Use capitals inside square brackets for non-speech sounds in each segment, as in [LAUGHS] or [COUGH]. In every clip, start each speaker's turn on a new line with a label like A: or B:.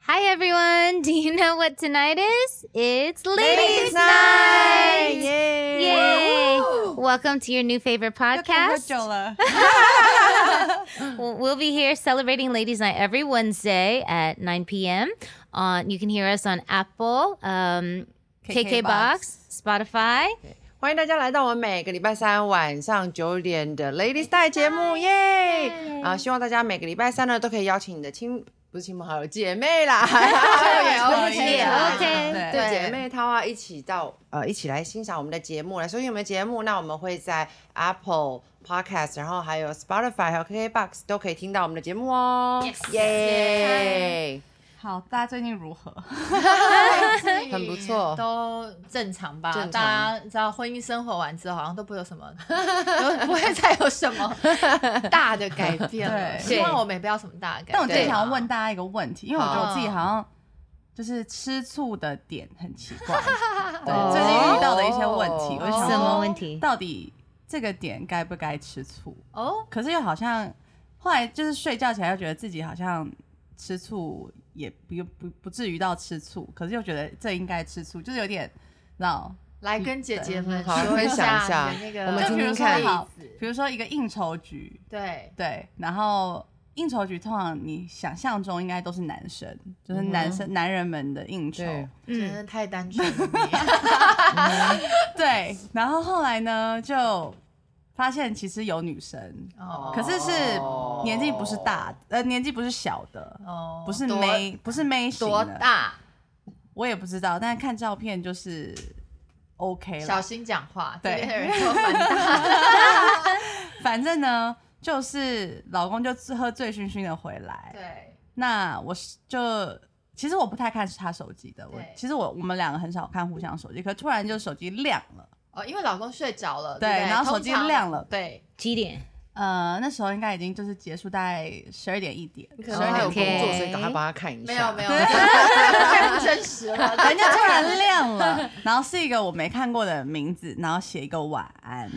A: Hi everyone. [LAUGHS] Do you know what tonight is? It's ladies'
B: night!
A: night.
B: Yay!
A: Yay! Welcome to your new favorite podcast. Well, We'll be here celebrating Ladies' Night every Wednesday at 9 p.m. On you can hear us on Apple, um, KK Box, Spotify.
B: 欢迎大家来到我们每个礼拜三晚上九点的 Ladies 大节目，耶！啊，希望大家每个礼拜三呢都可以邀请你的亲，不是亲朋好友，姐妹
C: [LAUGHS]
B: 啦，
A: [LAUGHS]
B: 对
A: 不起，OK
B: 对
D: 对
B: 姐妹她啊一起到呃一起来欣赏我们的节目，来收听我们的节目。那我们会在 Apple Podcast，然后还有 Spotify 还有 KKBox 都可以听到我们的节目哦，耶！
D: 好，大家最近如何？
B: [LAUGHS] 很不错
C: 都正常吧。
B: 正常
C: 大家知道，婚姻生活完之后，好像都不会有什么， [LAUGHS] 都不会再有什
B: [LAUGHS]
C: 么大的改变了。
D: 对
C: 希望我们也不要什么大的改变。
D: 但我最
B: 对
D: 近想要问大家一个问题，因为我觉得
C: 好
D: 我自己好像就是吃醋的点很奇怪，
B: 哦
D: 对，最近遇到的一些问
B: 哦
D: 题，我就想
A: 什么
D: 说
A: 问题？
D: 到底这个点该不该吃醋？
C: [LAUGHS] 哦，
D: 可是又好像后来就是睡觉起来又觉得自己好像吃醋也不用不不至于到吃醋，可是又觉得这应该吃醋，就是有点让。
C: 来跟姐姐们
B: 嗯好
C: 说
B: 分享一下
C: 你的
B: 我
C: 那个，
B: 们
D: 就
B: 听
D: 比
B: 听
D: 如说
B: 看
D: 好，比如说一个应酬局，
C: 哎对，
D: 对，然后应酬局通常你想象中应该都是男生，
C: 嗯
D: 就是男生、男人们的应酬，
B: 对
C: 真
A: 嗯，
C: 的太单纯了
D: 对。然后后来呢，就发现其实有女生，
B: 嗯
C: 你。哦
D: 可是是
B: 哦
D: 年纪不是大，呃，年纪不是小的，
C: 哦
D: 不是
C: 多
D: 妹，不是妹型
C: 多
D: 的，
C: 大？
D: 我也不知道，但是看照片就是 OK
C: 小
D: 了。
C: 心讲话，
D: 对
C: 这边的人说蛮
D: [LAUGHS]
C: 大的。
D: 反正呢，就是老公就自喝醉醺醺的回来，
C: 对，
D: 那我是就其实我不太看他手机的，我
C: 对
D: 其实我我们两个很少看互相手机，可突然就手机亮了，
C: 哦，因为老公睡着了，
D: 对
C: 对不对，
D: 然后手机
C: 通常
D: 亮了
C: 对，
A: 几点？
D: 呃，那时候应该已经就是结束大概十二点一 [LAUGHS] 点，
B: 你可
D: 十
B: 能哦还有
D: 二
B: 工
D: 点
B: 作，
A: OK
B: 所以赶快帮他看一下。
C: 没有没
B: 有，
D: [LAUGHS]
C: 有，太不真实了。
D: 人家突然亮了， [LAUGHS] 然后是一个我没看过的名字，然后写一个晚安，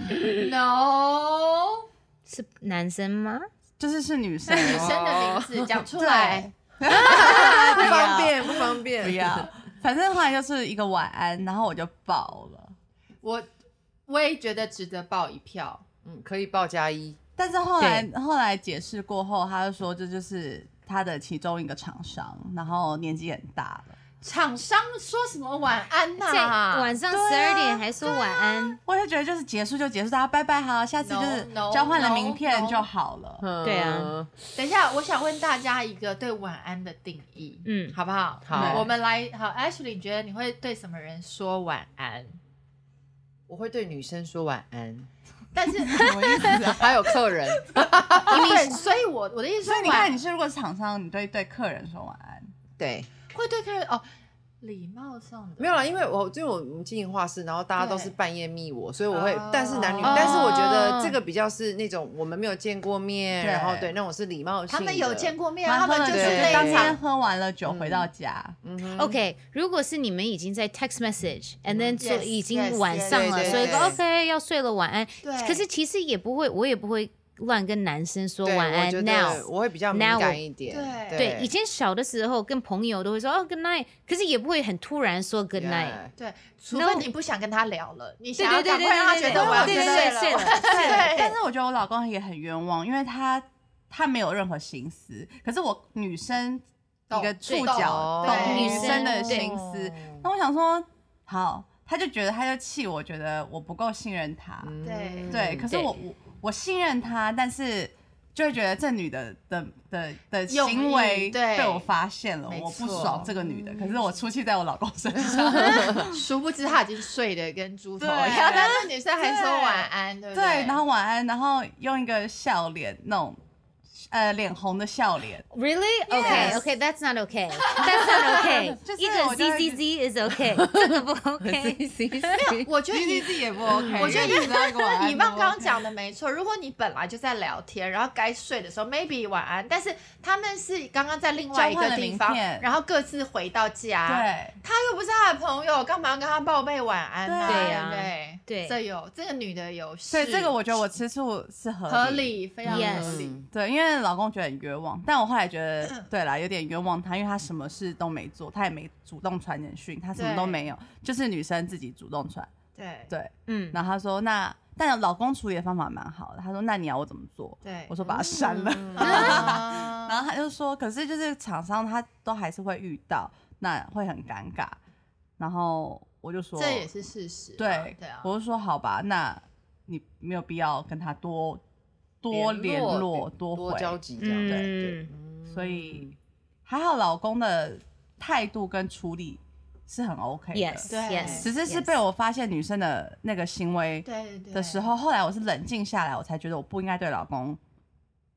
C: No，
A: 是男生吗？
D: 就是是女 [LAUGHS] 生，
C: 女生的名字讲
D: 哦
C: 出来，
B: 不方
D: 方
B: 便不方便。
D: 不要，反正后来就是一个晚安，然后我就爆了，
C: 我我也觉得值得报一票。
B: 嗯，可以报加一。
D: 但是后来后来解释过后，他就说这就是他的其中一个厂商，然后年纪很大了。
C: 厂商说什么晚安呐、
A: 在晚上十二点还说晚安？
D: 我就觉得就是结束就结束，大家拜拜好，下次就是
C: No, no,
D: 交换了名
C: no,
D: 片
C: no.
D: 就好了。
B: 嗯
A: 对啊，
C: 等一下，我想问大家一个对晚安的定义，
A: 嗯，
C: 好不好？
B: 好
C: 我们来好，Ashley，你觉得你会对什么人说晚安？
B: 我会对女生说晚安， [LAUGHS]
D: [LAUGHS]
C: 但是
B: 还有客人。
C: 对，所以我我的意思
D: 所以
C: 说
D: 你
C: 晚
D: 看，你是如果是厂商，你对对客人说晚安，
B: 对，
C: 会对客人哦，礼貌上的
B: 没有啦，因为我因为我们经营画室，然后大家都
C: 对
B: 是半夜密我，所以我会
C: 哦，
B: 但是男女，
C: 哦
B: 但是我觉得这个比较是那种我们没有见过面，
D: 对
B: 然后对那种是礼貌性的。
C: 他们有见过面，
D: 然
C: 啊他
D: 后
C: 们就是
B: 对
D: 喝了酒
C: 那
D: 当
C: 一场
D: 天喝完了酒回到家，
B: 嗯哼，
A: OK，如果是你们已经在 text message，and then 做
C: yes,
A: 已
C: yes,
A: 经晚上
B: yes,
A: 了，
B: yes,
A: 所以
B: 对
A: 说 OK 要睡了，晚安。
C: 对
A: 可是其实也不会，我也不会乱跟男生说
B: 对，
A: 晚
B: 我觉
A: 安。
B: 得
A: Now，
B: 我会比较敏
A: now
B: 感一点。
C: 对
A: 对，以前小的时候跟朋友都会说哦 good night，可是也不会很突然说 good night。
B: Yeah
C: 对，除
A: No
C: 非你不想跟他聊了，你
A: 对
C: 想
A: 对
C: 要
A: 对
C: 赶
A: 对
C: 快让他
A: 对
C: 觉
A: 对，
C: 得我要去
A: 对
C: 睡
A: 对
C: 了，
A: 对
C: 我
A: 对睡了
C: 对
D: 但是我觉得我老公也很冤枉，因为他他没有任何心思，可是我女生一个触角
B: 懂
D: 懂
A: 对
D: 女生的心思
B: 对，
D: 那我想说好，他就觉得他就气我，觉得我不够信任他，
B: 嗯
C: 对
D: 对，可是
A: 对
D: 我我我信任她，但是就会觉得这女的的的的
C: 用意
D: 行为
C: 对
D: 被我发现了，
C: 没
D: 我不
C: 错
D: 爽这个女的，可是我出气在我老公身上，
C: 殊不知他已经睡得跟猪头一
D: 对
C: 样，但是女生还说晚安， [LAUGHS] 对不
D: 对，然后晚安，然后用一个笑脸那种呃脸红的笑脸，
A: Really? Okay,
D: Yes.
A: okay, that's not okay. That's not
C: [LAUGHS]
A: okay.
D: 就是
A: 一
D: 我
A: 个
D: 就会
A: C C C is okay，这个不
B: [LAUGHS]
A: OK。
C: 我觉得
D: 你
C: 你。
D: 自己也不 OK，
C: 我觉得
D: 因为你知道一个晚安
C: 你 [LAUGHS] 忘刚刚
D: OK
C: 讲的没错，如果你本来就在聊天，然后该睡的时候，maybe 晚安，但是他们是刚刚在另外一
D: 交换了
C: 个地
D: 名
C: 方，
D: 片
C: 然后各自回到家，
D: 对。
C: 他又不是他的朋友，干嘛要跟他报备晚安呢？
D: 对
A: 啊
C: 对
A: 对
C: 这有这个女的有试，
D: 所以这个我觉得我吃醋是合理
C: 合理，非常合
A: Yes
C: 理。
B: 嗯
D: 对，因为老公觉得很冤枉，但我后来觉
C: 嗯
D: 得，对啦，有点冤枉他，因为他什么事都没做，他也没主动传简讯，他什么都
C: 对
D: 没有，就是女生自己主动传。
C: 对
D: 对，
A: 嗯，
D: 然后他说那，但老公处理的方法蛮好的，他说那你要我怎么做？
C: 对
D: 我，说把他删了，
C: [LAUGHS]
D: [LAUGHS]
C: 啊
D: 然后他就说，可是就是厂商他都还是会遇到，那会很尴尬。然后我就说，
C: 这也是事实啊。
D: 对，
C: 对啊，
D: 我就说好吧，那你没有必要跟他多多联
B: 联
D: 络、多
B: 多
D: 回，
B: 交集这样。
A: 嗯，
D: 所以还好老公的态度跟处理是很 OK 的
A: yes
C: 对
A: yes，
D: 只是是
A: yes
D: 被我发现女生的那个行为
C: 对对对
D: 的时，候，后来我是冷静下来，我才觉得我不应该对老公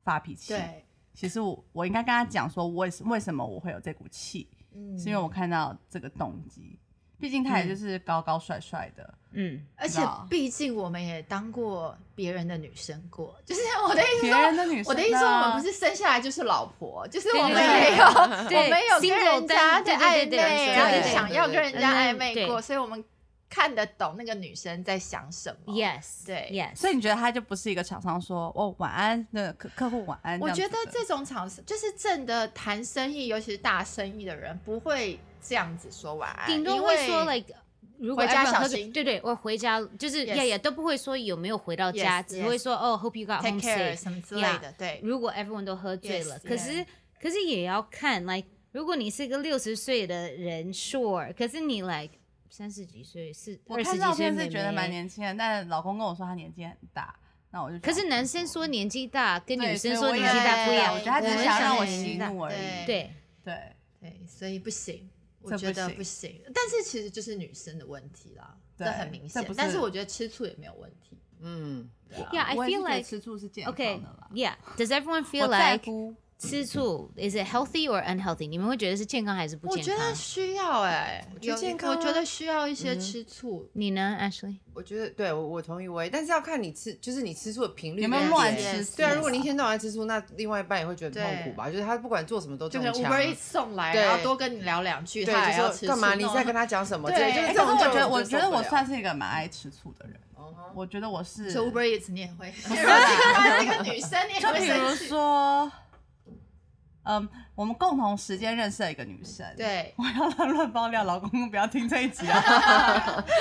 D: 发脾气。
C: 对，
D: 其实我我应该跟他讲说，为什为什么我会有这股气，
C: 嗯
D: 是因为我看到这个动机。毕竟他也就是高高帅帅的，
A: 嗯，
C: 而且
D: 道
C: 毕竟我们也当过别人的女生过，就是我的意思
D: 别
C: 说，
D: 人的女生啊、
C: 我的意思说，我们不是生下来就是老婆，就是我们
A: 对对对
C: 没
A: 对
C: 有， [LAUGHS] 我没有跟
A: single
C: 人家
A: 但
C: 在
A: 对
C: 暧
A: 对对
C: 昧，
A: 对
C: 然后
D: 对
C: 也
D: 对
C: 想要跟人家暧昧过，
A: 嗯对
C: 所以我们看得懂那个女生在想什么。
A: Yes，
C: 对
A: ，Yes，
D: 所以你觉得他就不是一个厂商说哦晚安那个客客户晚安？
C: 我觉
D: 样
C: 得
D: 子的
C: 这种厂就是真的谈生意，尤其是大生意的人，不会这样子说晚安，
A: 顶多
C: 啊因
A: 会
C: 为
A: 说 like。如果
C: 回家
A: everyone
C: 小
A: hope-
C: 心
A: 对对，我回家就是呀
C: Yes
A: 呀，都不会说有没有回到家
C: Yes，
A: 只会说哦，hope you got
C: take
A: home
C: care
A: safe。
C: 什么之类的，对。
A: 如果 everyone 都喝醉
C: Yes，
A: 了，可是可是也要看，like 如果你是一个六十岁的人，sure，可是你 like 三十几岁是
D: 我
A: 二十
D: 看照
A: 几岁
D: 片
A: 妹
D: 是
A: 妹
D: 觉得蛮年轻的，但老公跟我说他年纪很大，那我就哦
A: 可是男生说年纪大跟
D: 对
A: 女生说
D: 所以我
A: 年
D: 也
A: 纪大不一样，
D: 我
C: 对
D: 觉得他只
A: 我
D: 是
A: 们
D: 想让我
A: 年纪
D: 息
A: 大
D: 怒而已。
A: 对，
D: 对，
C: 对，所以不行，我
D: 这
C: 觉
D: 不
C: 得
D: 行
C: 不行。但是其实就是女生的问题啦，这
D: 对
C: 很明
D: 这
C: 显
D: 不。是
C: 但是我觉得吃醋也没有问题。
B: 嗯，
C: 对
A: Yeah,
C: 啊
A: I
D: 我也是
A: feel
D: 觉得
A: like-
D: 吃醋是健康
A: OK
D: 的啦。
A: yeah does everyone
D: 我
A: feel
D: 在
A: like
D: 乎，
A: 吃醋 is it healthy or unhealthy？你们会觉得是健康还是不
C: 我
A: 健
C: 觉
A: 康？嗯
C: 得需要哎、欸，
B: 觉得
C: 有
B: 健康啊
C: 我觉得需要一些吃醋。
A: 你呢，Ashley？
B: 我觉得对我我同意我，但是要看你吃，就是你吃醋的频率
D: 有没有
B: 跟
D: 乱
B: 点
D: 吃
C: 对
D: 醋？
B: 对啊，如果你一天到晚吃醋，那另外一半也会觉得很
C: 对
B: 痛苦吧？就是他不管做什么都
C: 就
B: 中
C: 可能
B: 枪
C: Uber 一送来，
B: 对
C: 然后多跟你聊两句，
B: 对，
C: 他也要
B: 就
C: 吃醋。
B: 是干嘛？你在跟
C: 他？
B: 他讲什么？
C: 对
B: 对，就是
D: 哎
B: 这
D: 可
B: 种
D: 是我
B: 就
D: 觉得，
B: 我
D: 我
B: 就
D: 觉得
B: 受不
D: 我
B: 了
D: 算是一个蛮爱吃醋的人。
B: 嗯哼
D: 我觉得我是，
C: 说
D: 就
C: Uber Eats 你也 [LAUGHS] 会，如果喜欢那个女生，你也会
D: 比如
C: 生气。
D: 说，嗯，我们共同时间认识了一个女生，，
C: 对，
D: 我要乱 [LAUGHS] 乱爆料，老公不要听这一集啊。 [LAUGHS]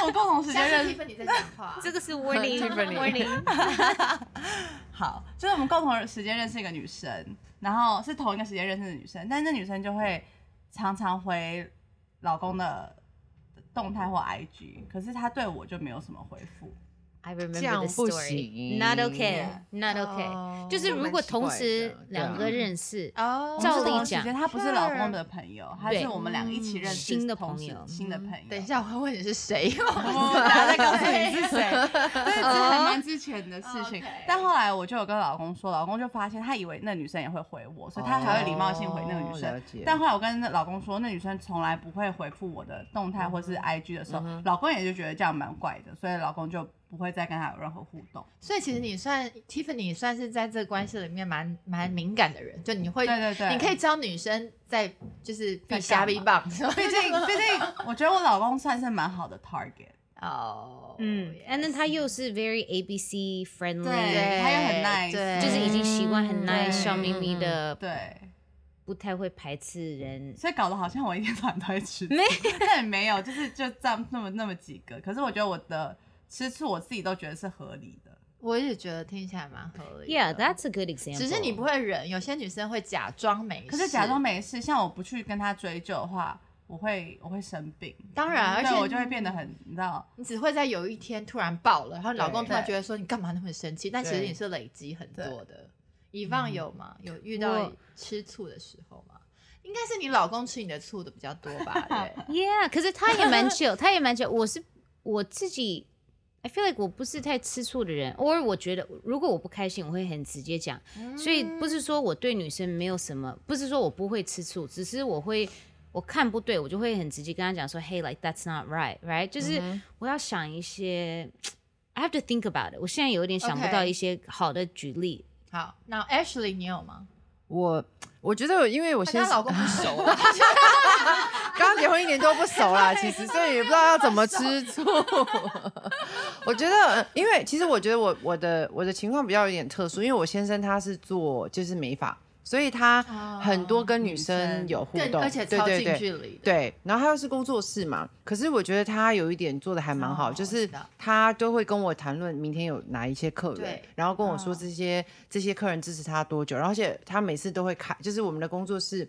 D: 我们共同时
C: 下
D: 间认
C: 次
D: 识
C: t i，f 你在讲话。
A: 这个是
C: [LAUGHS]
A: warning
B: Tiffany
A: warning。
D: 好，就是我们共同时间认识一个女生，然后是同一个时间认识的女生，但是那女生就会常常回老公的动态或 IG，可是她对我就没有什么回复。
A: [LAUGHS] I
B: 这样
A: remember the
B: 不
A: story.
B: 行
A: Not okay. Not
C: Oh
A: okay. 就是如果同时两个认识，
C: 哦
A: 照理
D: 我们是
A: 讲
D: 同时间她不是老公的朋友，她
A: 对嗯
D: 是我们两个一起认识
A: 新的
D: 同
A: 朋
D: 时
A: 友嗯
D: 新的朋友。
C: 等一，下，我会问你是谁。 [LAUGHS]
D: [LAUGHS] 我等一下再告诉你是谁。对，这是还蛮之前的事情
C: 哦 OK。
D: 但后来我就有跟老公说，老公就发现他以为那女生也会回我，所以他还会礼貌性回那个女
B: 哦了
D: 生
B: 解。
D: 但后来我跟老公说，那女生从来不会回复我的动
C: 嗯
D: 态或是 IG 的时候，老公也就觉得这样蛮怪的，所以老公就不会再跟他有任何互动。
C: 所以其实你算 Tiffany 你算是在这个关系里面蛮蛮敏感的人，就 [LAUGHS] 你会，
D: 对对对
C: 你可以知道女生在就是
D: 在
C: 避瞎
D: 干
C: 避
D: 嘛
C: 棒， [LAUGHS]
D: 毕竟，毕竟我觉得我老公算是蛮好的 target，
C: 哦，
A: 嗯，and then 他又是 very ABC
D: 对
A: friendly，
D: 他又很 nice
C: 对
A: 就是已经习惯很
C: 对
A: nice 笑眯眯的，
D: 对，
A: 不太会排斥人。
D: 所以搞得好像我一天到晚都在吃醋，
A: 没
D: 但也没有，就是就这样那么那么几个。可是我觉得我的吃醋我自己都觉得是合理的。
C: 我也觉得听起来蛮合理的。
A: Yeah, that's a good example.
C: 只是你不会忍，有些女生会假装没事，
D: 可是假装没事，像我不去跟他追究的话，我会我会生病，
C: 当然，而且
D: 对我就会变得很，你知道，
C: 你只会在有一天突然爆了，然后老公
D: 对
C: 突然觉得说你干嘛那么生气，但其实
B: 对
C: 你是累积很多的。以
B: 嗯
C: 往有吗？有遇到
A: 我
C: 吃醋的时候吗？应该是你老公吃你的醋的比较多
B: [LAUGHS]
C: 吧？对。
A: Yeah，可是他也蛮 [LAUGHS] chill，他也蛮 chill。我是我自己，I feel like 我不是太吃醋的人，偶尔我觉得如果我不开心，我会很直接讲。所以不是说我对女生没有什么，不是说我不会吃醋，只是我会。我看不对，我就会很直接跟他讲说，Hey, like that's not right, right？就是我要想一些，I have to think about it。我现在有一点想不
C: OK
A: 到一些好的举例。
C: 好，那 Ashley 你有吗？
B: 我我觉得，因为我
C: 她
B: 先
C: 跟她老公不熟
B: [LAUGHS]
C: 啊，
B: 刚结婚一年多不熟
C: [LAUGHS]
B: 啦，其实所以也不知道要怎么吃醋。我觉得，呃因为其实我觉得我我的我的情况比较有点特殊，因为我先生他是做就是美发，所以他很多跟女生有互
C: 哦更
B: 动，
C: 而且
B: 对
C: 超
B: 对
C: 近
B: 对
C: 距离的。
B: 对，然后他又是工作室嘛，可是我觉得他有一点做的还蛮好，
C: 哦
B: 就
C: 我
B: 是
C: 知道
B: 他都会跟我谈论明天有哪一些客人
C: 对，嗯
B: 然后跟我说这些、这些客人支持他多久，然后而且他每次都会开，就是我们的工作室。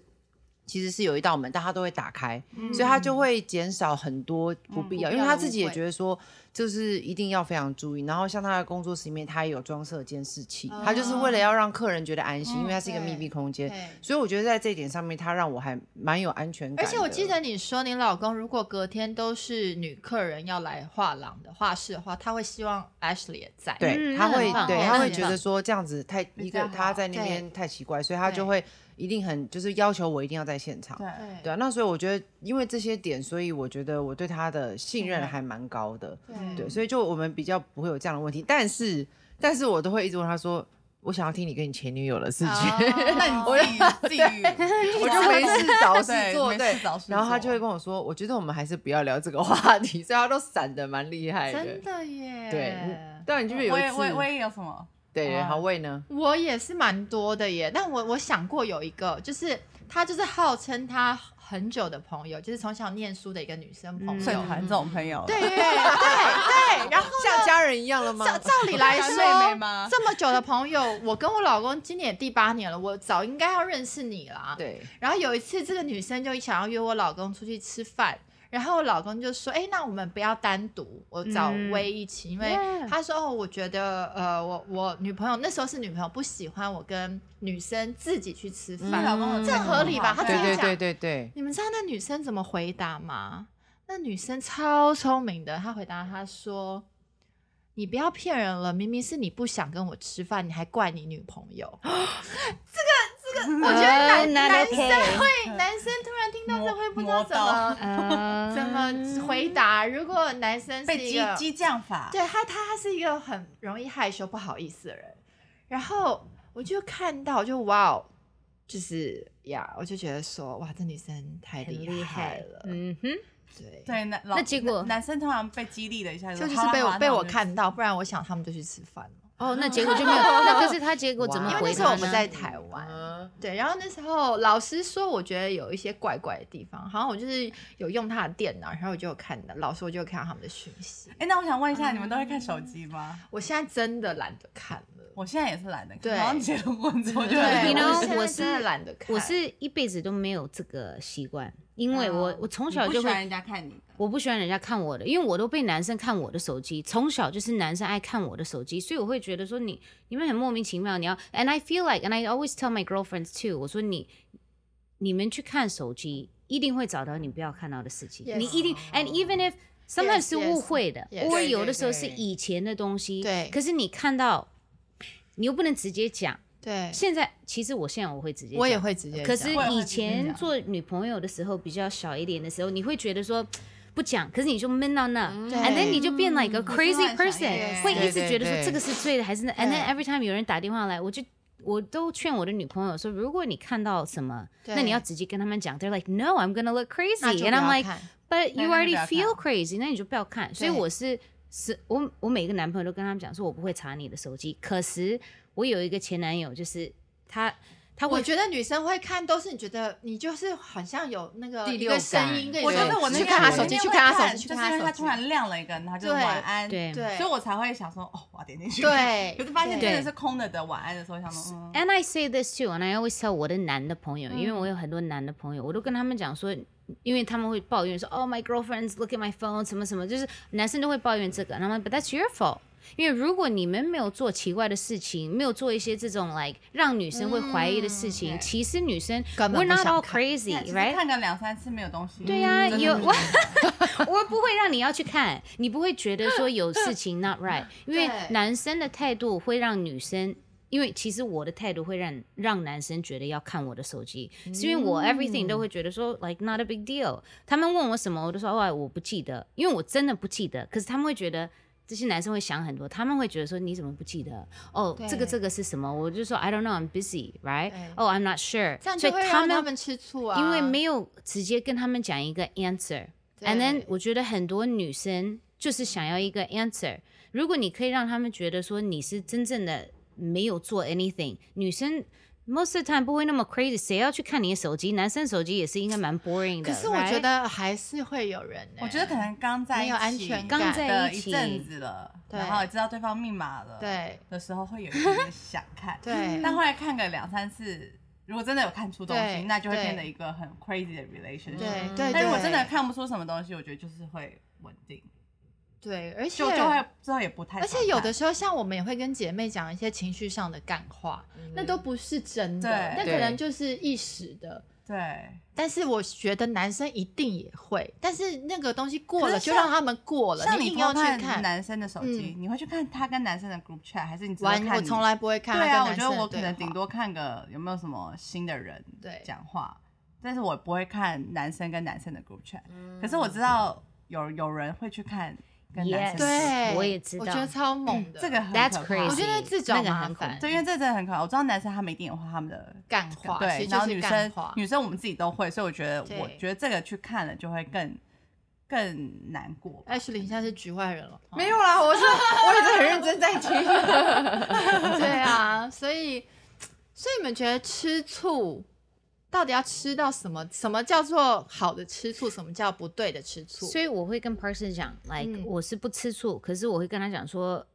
B: 其实是有一道门，但他都会打开，所以他就会减少很多不必要，
C: 嗯
B: 因
C: 不必
B: 为
C: 要
B: 他
C: 的
B: 自己
C: 误
B: 也
C: 会
B: 觉得说，就是一定要非常注意。然后像他的工作室里面，他也有装设监视器，他就是为了要让客人觉得安心，因为它是一个密
C: 哦嗯对
B: 闭空间，
C: 对
B: 所以我觉得在这一点上面，他让我还蛮有安全感的。
C: 而且我记得你说，你老公如果隔天都是女客人要来画廊的画室的话，他会希望 Ashley 也在。
B: 对，
A: 嗯
B: 他
A: 那很
B: 会
A: 棒
B: 对
C: 哦
B: 他
C: 那
B: 会
C: 很
B: 觉得
C: 棒
B: 说这样子太一
D: 较
B: 个他
D: 好
B: 在那
C: 对
B: 边太奇怪，所以他就
C: 对
B: 会一定很就是要求我一定要在现场。
D: 对，
C: 对
B: 对啊，那所以我觉得，因为这些点，所以我觉得我对他的信任
C: 任
B: 还蛮高的。
C: 对嗯
B: 对，所以就我们比较不会有这样的问题。但是，但是我都会一直问他说，我想要听你跟你前女友的事情。
C: 哦
D: [LAUGHS] 那你自己自己，
B: 我就没事找事
D: 对
B: 做，
D: 没事
B: 对
D: 找事，
B: [LAUGHS] 然后他就
D: 做
B: 会跟我说，我觉得我们还是不要聊这个话题， [LAUGHS] 所以他都闪的蛮厉害的。
C: 真的耶。
B: 对，嗯但你记不记得
D: 我
B: 有一
D: 也我也我
B: 次？
D: 也有什么？
B: 对，
D: 啊
B: 好魏呢？
C: 我也是蛮多的耶，但我我想过有一个，就是她就是号称她很久的朋友，就是从小念书的一个女生朋
D: 社
C: 友。
D: 团这种朋友，
C: 嗯对嗯对对对，然后
B: 像家人一样了吗？
C: 照照理来
D: 是
C: 说，
D: 妹妹吗
C: 这么久的朋友，我跟我老公今年也第八年了，我早应该要认识你啦。
B: [LAUGHS] 对，
C: 然后有一次，这个女生就想要约我老公出去吃饭，然后我老公就说：“哎，那我们不要单独，我找
A: 嗯
C: 薇一起，因为
D: 嗯
A: Yeah
C: 他说哦，我觉得呃，我我女朋友那时候是女朋友不喜欢我跟女生自己去吃
D: 你老
C: 饭，
D: 公有
C: 这很合理吧
D: 这
C: 他
B: 对
D: 样
C: 自
B: 对
C: 己讲
B: 对对对，
C: 你们知道那女生怎么回答吗？那女生超聪明的，她回答她说：“你不要骗人了，明明是你不想跟我吃饭，你还怪你女朋友。”
D: 嗯
A: 我觉得男男生
C: 会男生突然听到这会不知道怎么
A: 呃
C: 怎么回答。如果男生是
D: 被
C: 一
D: 激
C: 个，
D: 激将法，
C: 对他他他是一个很容易害羞、不好意思的人，然后我就看到，就哇哦，就是呀我就觉得说哇，这女生太
A: 很
C: 厉
A: 厉害
C: 了，
A: 嗯哼，
C: 对。
D: 对，那
A: 那结果
D: 男生通常被激励了一下，
C: 这就
D: 好
C: 是
D: 啦
C: 被
D: 好
C: 我
D: 啦
C: 被
D: 那
C: 我
D: 就
C: 看到，不然我想他们就去吃饭了。
A: 哦，那结果就没有，那可是他结果怎么
C: 因为那
A: 回
C: 时候
A: 答
C: 我不
A: 呢？
C: 在台湾，
B: 嗯
C: 对，然后那时候老师说，我觉得有一些怪怪的地方，好像我就是有用他的电脑，然后我就有看到老师，我就有看到他们的讯息。
D: 哎，那我想问一下，你们都会看
C: 嗯
D: 手机吗？
C: 我现在真的懒得看了，
D: 我现在也是懒得看，
C: 对
D: 然后结了婚之后就
A: 对
D: 很
A: 你 You 呢 know，
C: 我
A: 我
C: 现在真的
A: 是
C: 懒得看，
A: 我是一辈子都没有这个习惯，因为我
D: 哦
A: 我从小
D: 你
A: 就
D: 不喜欢
A: 会，
D: 人家看你的，
A: 我不喜欢人家看我的，因为我都被男生看我的手机，从小就是男生爱看我的手机，所以我会觉得说你你们很莫名其妙，你要，and I feel like and I always tell my girlfriends too，我说你你们去看手机，一定会找到你不要看到的事情
C: Yes
A: 你一定，and even if
C: Yes,
A: sometimes 是
C: yes
A: 误会的
C: Yes
A: 或
C: 对
A: 有
B: 对
A: 的时候
B: 对
A: 是以前的东西，
C: 对
A: 可是你看到，你又不能直接讲。
C: 对，
A: 现在其实我现在我会直接讲，
C: 我也会直接讲。
A: 可是
D: 我也会
A: 以
D: 直接
A: 前
D: 讲
A: 做女朋友的时候比较小一点的时候，你会觉得说不讲，可是你就闷到那、
C: 对
A: a n d 嗯 then 你就变
C: 嗯
A: like a
D: 你
A: crazy
D: 是乱想
A: person，
D: 一点
A: 会一
B: 对
A: 直
B: 对
A: 觉得
B: 对
A: 说这个是对的还是那，and then every time 有人打电话来，我就。我都劝我的女朋友说，如果你看到什么，
C: 对
A: 那你要直接跟他们讲。They're like, no, I'm gonna look
C: 那
A: crazy,
C: 就
A: and
C: 不要
A: I'm like,
C: 看
A: But
D: 那
A: you
D: 那就
A: already
D: 不要
A: feel crazy，那你就不要看。所以我是是，我我每一个男朋友都跟他们讲说，我不会查你的手机。可是我有一个前男友，就是他他
C: 啊我
A: 会
C: 觉得女生会看，都是你觉得你就是好像有那个
B: 第
C: 一
B: 六
C: 个
B: 感
C: 声音，跟你
D: 我觉
C: 说
D: 得我那
C: 去
D: 天
C: 看他
D: 我
C: 手
D: 那
C: 机，
D: 天
C: 去
D: 会
C: 看
D: 看
C: 他手机，去
D: 就是因
C: 看
D: 为他
C: 他手
D: 突
C: 机。
D: 然亮了一个，然后就
C: 对
D: 晚安，
A: 对
C: 对
D: 所以我才会想说，哦，我要点进去。，
C: 对，
D: 可是发 [LAUGHS] 现真的
A: 对
D: 是空的的晚安的时候，想说，嗯
A: And I say this too, and I always tell 我的男的朋友，因为我
C: 嗯
A: 有很多男的朋友，我都跟他们讲说，因为他们会抱怨说，Oh my girlfriends, look at my phone，什么什么，就是男生都会抱怨这个。然后 But that's your fault，因为如果你们没有做奇怪的事情，没有做一些这种 like 让女生会怀疑的事情，
D: 对
A: 其实女生
C: 嗯根本
A: we're
C: 不
A: not
C: 想
A: all
C: 看
A: crazy,
D: 其实
A: right？
D: 看个两三次没有东西，嗯
A: 对呀、
D: 真的
A: 有
D: 没
A: 我 [LAUGHS] 我不会让你要去看，你不会觉得说有事情 not
C: [LAUGHS]
A: right，因为
C: 对
A: 男生的态度会让女生。因为其实我的态度会让让男生觉得要看我的手机，
C: 嗯
A: 是因为我 everything 都会觉得说 like not a big deal。他们问我什么，我都说哦，我不记得，因为我真的不记得。可是他们会觉得这些男生会想很多，他们会觉得说你怎么不记得？哦，这个
C: 对
A: 这个是什么？我就说 I don't know, I'm busy, right?
C: 对
A: 哦、I'm not sure。
C: 这样
A: 所
C: 就
A: 以
C: 会
A: 他
C: 让
A: 们
C: 他们吃醋啊，
A: 因为没有直接跟他们讲一个 answer。And then
C: 对
A: 我觉得很多女生就是想要一个 answer。如果你可以让他们觉得说你是真正的没有做 anything，女生 most of the time 不会那么 crazy，谁要去看你的手机？男生手机也是应该蛮 boring 的。
C: 可是我
A: right？
C: 觉得还是会有人、欸，
D: 我觉得可能刚在一
C: 没
D: 起
C: 有安全感
A: 刚在
D: 的
A: 一
D: 一
A: 起
D: 阵子了，
C: 对
D: 然后也知道对方密码了，
C: 对，
D: 的时候会有一点点想看
C: 对
D: 但后来看个两三次，如果真的有看出东
C: 对
D: 西，那就会
C: 对
D: 变得一个很 crazy 的 relationship。
C: 对
B: 嗯
C: 对，
D: 但如果
C: 对
D: 真的看不出什么东西，我觉得就是会稳定，
C: 对，而且
D: 就就会之后也不太常看，
C: 而且有的时候，像我们也会跟姐妹讲一些情绪上的干话，
B: 嗯
C: 那都不是真的，
D: 嗯对
C: 那可
B: 对
C: 能就是一时的。
D: 对，
C: 但是我觉得男生一定也会，但是那个东西过
D: 可
C: 了
D: 是
C: 就
D: 像
C: 让他们过了，
D: 像
C: 你
D: 你
C: 硬
D: 偷
C: 要去
D: 看
C: 看。
D: 男生的手机，你会去看他跟男生的 group chat，还是你只会
C: 完，
D: 看
C: 我
D: 你
C: 从来不会看他
D: 对
C: 跟
D: 啊，我
C: 男
D: 觉得
C: 生的对话。
D: 我可能顶多看个有没有什么新的人
C: 对
D: 讲话，但是我不会看男生跟男生的 group chat。可
C: 嗯
D: 是我知道有有人会去看跟男生
A: Yes
D: 的 group chat，
C: 对，
A: 我也知
C: 我觉得
A: 道
C: 超猛的
D: 这个很
A: That's
D: 可怕
A: crazy，
C: 我觉得自找
A: 那个
C: 麻
A: 很恐
C: 烦
A: 怖
D: 对，因为这真的很可怕。我知道男生他们一定有他们的。
C: 干话，其
D: 对，
C: 实
D: 然
C: 就
D: 后
C: 是
D: 女
C: 干
D: 生
C: 话。
D: 女生我们自己都会，所以我觉得
C: 对
D: 我觉得这个去看了就会更更难过。
C: Ashley 你现在是局外人了，
B: 没有啦，我是我也是很认真在听。
C: [LAUGHS] 对啊，所以所以你们觉得吃醋到底要吃到什么？什么叫做好的吃醋？什么叫不对的吃醋？
A: 所以我会跟 person 讲，like、
C: 嗯
A: 我是不吃醋，可是我会跟他讲说，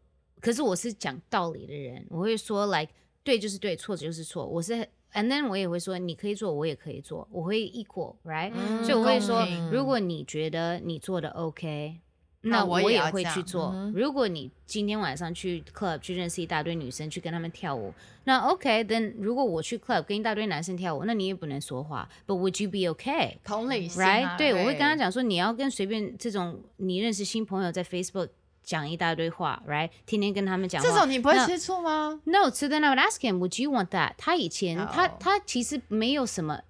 A: 可是我是讲道理的人，我会说 like 对就是对，错就是错，我是。And then 我也会说，你可以做，我也可以做，我会 equal，right？、
C: 嗯
A: 所以我会说
C: 公平，
A: 如果你觉得你做的 OK，
C: 那
A: 那
C: 我
A: 我
C: 也
A: 也
C: 要
A: 会
C: 这样嗯
A: 去做。如果你今天晚上去 club 去认识一大堆女生，去跟她们跳舞，那 OK，then 如果我去 club 跟一大堆男生跳舞，那你也不能说话。But would you be okay？
C: 同理心、啊
A: right？对，我会跟他
C: 对
A: 讲说，你要跟随便这种你认识新朋友在 Facebook 讲一大堆话，right？天天跟他们讲话，
C: 这种你不会
A: 那
C: 吃醋吗？
A: No, so then I would ask him, would you want that? 他以前、他
C: 哦
A: 他其实没有什么。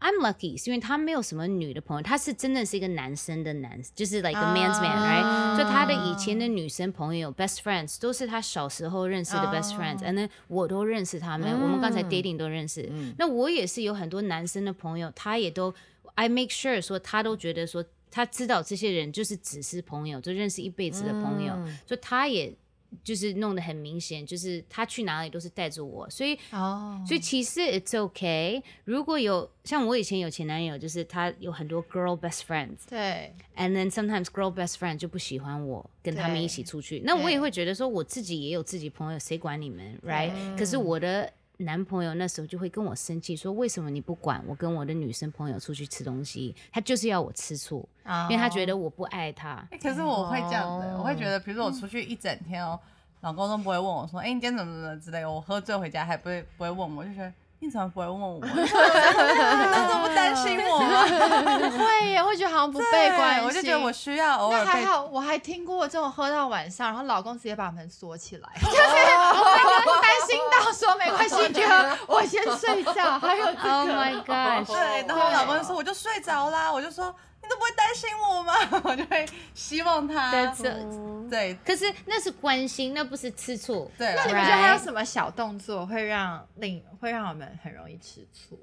A: I'm lucky，是因为他没有什么女的朋友，他是真的是一个男生的男，就是 like a man's man，right？、
C: 啊
A: 所以他的以前的女生朋友 best friends 都是他小时候认识的 best
C: 啊
A: friends，and、then 我都认识他们，我们
C: 嗯
A: 刚才 dating 都认识。
B: 嗯
A: 那我也是有很多男生的朋友，他也都 I make sure 说他都觉得说他知道这些人就是只是朋友，就认识一辈子的朋友，所以他也就是弄得很明显，就是他去哪里都是带着我，所以
C: 哦，
A: 所以其实 it's okay。如果有像我以前有前男友，就是他有很多 girl best friends，and
C: 对
A: then sometimes girl best friend 就不喜欢我跟他们
C: 对
A: 一起出去，那我也
C: 对
A: 会觉得说我自己也有自己朋友，谁管你们，right？可
C: 嗯
A: 是我的。男朋友那时候就会跟我生气，说为什么你不管我跟我的女生朋友出去吃东西，他就是要我吃醋，
C: 啊
A: 因为他觉得我不爱他。
D: 欸 [LAUGHS] 可是我会这样的、我会
A: 哦
D: 觉得，比如说我出去一整天哦，老公都不会问我说，哎、你今天怎么怎么之类的，我喝醉回家还不会不会问我，就觉得你怎么不会问我？ [LAUGHS] 你怎么不担心我吗？
C: 会耶，会觉得好像不被关心，
D: 我就觉得我。需要偶
C: 那
D: 尔
C: 还
D: 被。
C: 好，我还听过这种喝到晚上，然后老公直接把门锁起来，就是我会担心到说没关系，哥，我先睡觉。还有这
A: [LAUGHS]
C: 个
A: Oh my
C: 哦
A: gosh！
D: 对，然后我老公就说我就睡着啦，我就说你都不会担心我吗？ [LAUGHS] 我就会希望他
A: 对
D: 对
A: 可是那是关心，那不是吃醋。
D: 对
C: 那
D: 啦
C: 你们觉得还有
A: Right
C: 什么小动作会让令会让我们很容易吃醋？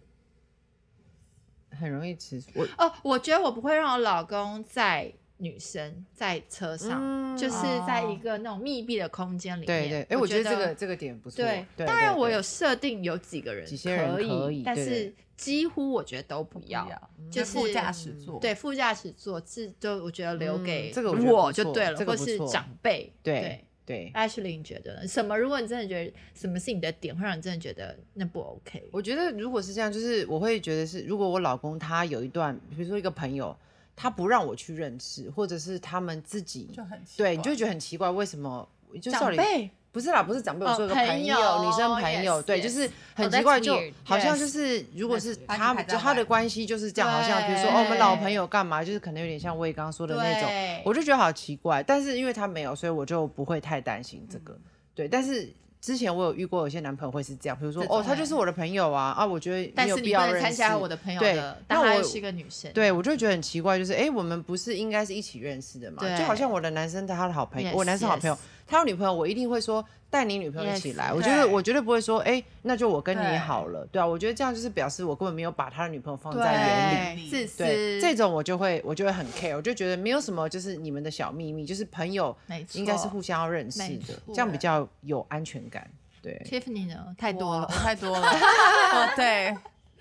B: 很容易吃醋，我
C: 哦，我觉得我不会让我老公在女生在车上，
B: 嗯
C: 就是在一个那种密闭的空间里面。
B: 对对，哎，我觉得这个这个点不错。
C: 对，
B: 对
C: 当然
B: 对
C: 我
B: 对
C: 有设定有几个人
B: 几些人可以
C: 但
B: 对
C: 是几乎我觉得都不要，就
D: 就是副驾驶座，
C: 嗯对副驾驶座自就我觉得留给、
B: 嗯这个我觉得不
C: 我就
B: 错
C: 对了，
B: 这个
C: 或
B: 不
C: 是
B: 错
C: 长辈
B: 对对，
C: Ashley，你觉得呢？什么？如果你真的觉得什么是你的点，会让你真的觉得那不 OK？
B: 我觉得如果是这样，就是我会觉得是，如果我老公他有一段，比如说一个朋友，他不让我去认识，或者是他们自己
D: 就很奇怪
B: 对，你就会觉得很奇怪，为什么？就
C: 长
B: 照理
C: 辈
B: 不是啦，不是长辈，我
C: 哦
B: 说一个
C: 朋
B: 朋友，
C: 友
B: 女生朋友
C: yes，
B: 对
C: yes 哦
B: 就是很
A: Oh,
B: 奇怪
A: that's
B: 就
A: weird，
B: 好像
C: yes
B: 就是如果
A: That's
B: 是
A: weird
D: 把你
B: 他
D: 排在
B: 就他的
D: 外
B: 关系就是这样，好像比如说
C: 对
B: 哦，我们老朋友干嘛，就是可能有点像我也刚刚说的那种，
C: 对嗯
B: 我就觉得好奇怪。但是因为他没有，所以我就不会太担心这个。对，但是之前我有遇过有些男朋友会是这样，比如说
C: 这种
B: 哦，他就是我的朋友啊啊，我觉得
C: 但
B: 没有
C: 是
B: 必
C: 你
B: 要
C: 不能
B: 认
C: 参
B: 识
C: 加我的朋友
B: 对
C: 的，
B: 那
C: 但她
B: 我
C: 是一个女生，
B: 对，我就觉得很奇怪，就是哎、诶我们不是应该是一起认识的嘛？
C: 对
B: 就好像我的男生他的好朋友
C: Yes,
B: 我男生好朋友
C: yes
B: 他有女朋友，我一定会说带你女朋友一起
C: Yes，
B: 来。我觉得
D: 对
B: 我绝对不会说哎、诶那就我跟你
D: 对
B: 好了，对啊，我觉得这样就是表示我根本没有把他的女朋友放在眼里。
D: 原理
C: 对，自
B: 对，
C: 私，
B: 这种我就会我就会很 care，我就觉得没有什么就是你们的小秘密，就是朋友
C: 没错，
B: 应该是互相要认识
C: 没
B: 的
C: 错，
B: 这样比较有安全感。对，
C: Tiffany 呢，太多
D: 我
C: 了
D: 我。太
C: [LAUGHS]
D: 多了。哦，对，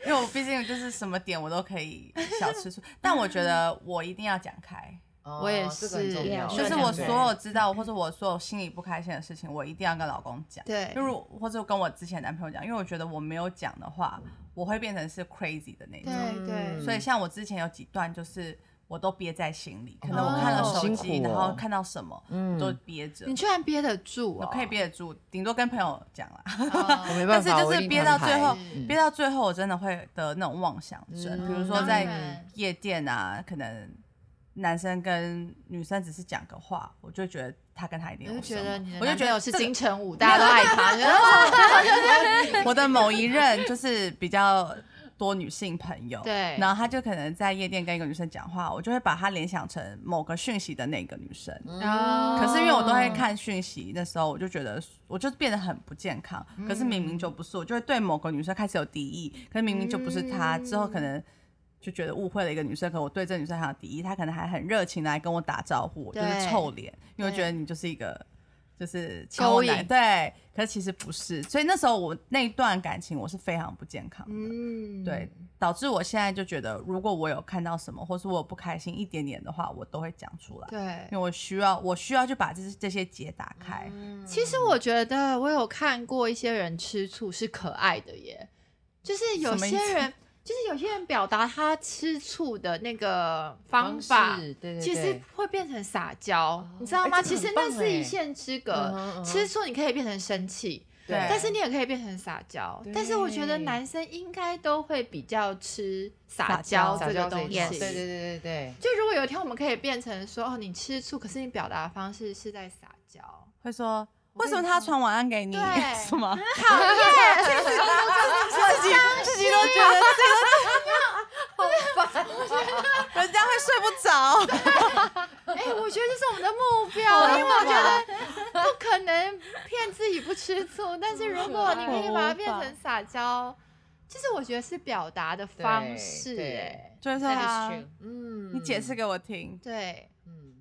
D: 因为我毕竟就是什么点我都可以小吃
C: [LAUGHS]
D: 醋，但我觉得我一定要讲开，
C: 我也
B: 哦这个很
C: 是
B: 重要
A: 就
D: 就是是
C: 嗯
D: 我
B: 对
D: 所有知道或者我所有心里不开心的事情，我一定要跟老公讲。
C: 对
D: 就，是我或者跟我之前男朋友讲，因为我觉得我没有讲的话，我会变成是 crazy 的那种。
B: 嗯
C: 对对，
D: 所以像我之前有几段就是我都憋在心里，可能我看了
C: 哦
D: 手
B: 辛
D: 机，
B: 苦哦
D: 然后看到什么，
B: 嗯
D: 都憋着
C: 你。居然憋得住
D: 我
C: 哦，
D: 可以憋得住，顶多跟朋友讲啦。
B: 我
C: 哦。
B: 没办
D: 但是
B: 法，
D: 就
B: 我一
D: 是
B: 定
D: 憋
B: 摊
D: 到
B: 牌
D: 最后
B: 嗯，
D: 憋到最后，我真的会得那种妄想症。
B: 嗯
D: 比如说
B: 当
D: 在
C: 然
D: 夜店啊，可能男生跟女生只是讲个话，我就觉得他跟他一定
C: 我
D: 有
C: 就觉
D: 什
C: 得
D: 么
C: 你的
D: 我就
C: 男
D: 觉得
C: 朋友是金城武，大家都爱他。你觉得
D: 我的某一任就是比较多女性朋友，
C: [LAUGHS] 对
D: 然后他就可能在夜店跟一个女生讲话，我就会把她联想成某个讯息的那个女生。
C: 哦
D: 可是因为我都会看讯息，那时候我就觉得我就变得很不健康。可是明明就不是，我就会对某个女生开始有敌意，可是明明就不是她，之后可能。就觉得误会了一个女生，可我对这女生还有敌意，她可能还很热情地来跟我打招呼，我就是
C: 对
D: 臭脸，因为我
C: 对
D: 觉得你就是一个就是情
C: 勾
D: 我男
C: 引
D: 对，可是其实不是，所以那时候我那一段感情我是非常不健康的，
C: 嗯，
D: 对，导致我现在就觉得，如果我有看到什么，或是我有不开心一点点的话，我都会讲出来，
C: 对
D: 因为。我需要我需要去把这这些结打开，
C: 其实我觉得我有看过一些人吃醋是可爱的耶，就是有
D: 什么意
C: 些
D: 思
C: 人，就是有些人表达他吃醋的那个方法，
B: 式对对
C: 其实
B: 对
C: 会变成撒娇，你知道
D: 哦
B: 哎
C: 吗？
B: 这
C: 其
B: 个
C: 实
B: 很
C: 那
B: 棒
C: 是一
B: 哎
C: 线之
B: 嗯
C: 隔
B: 哼嗯，哼
C: 吃醋你可以变成生气，
B: 对
C: 但是你也可以变成撒娇。但是我觉得
B: 对
C: 男生应该都会比较吃
D: 撒
C: 撒
D: 娇
C: 娇
B: 撒
C: 这个
B: 娇
C: 东
B: 这
C: 西。
B: 一
A: 也
B: 套
A: 是
B: 对对对对对，
C: 就如果有一天我们可以变成说，哦，你吃醋，可是你表达的方式是在撒娇，
D: 会说
C: 跟
D: 为
C: 你
D: 什么他传晚安给你
C: 对
D: [LAUGHS] 是
C: [LAUGHS]
D: 吗？
C: 讨厌， [LAUGHS]
D: 自己自
C: 啊
D: 己都觉得
C: [LAUGHS]
D: 这个人家会睡不着，
C: 哎、我觉得这是我们的目标，因为我觉得不可能骗自己不吃醋，但是如果你可以把它变成撒娇，其实我觉得是表达的方式、
B: 对
C: 哎，
D: 就是说啊
B: 嗯
D: 你解释，给我听，
C: 对，
B: 嗯，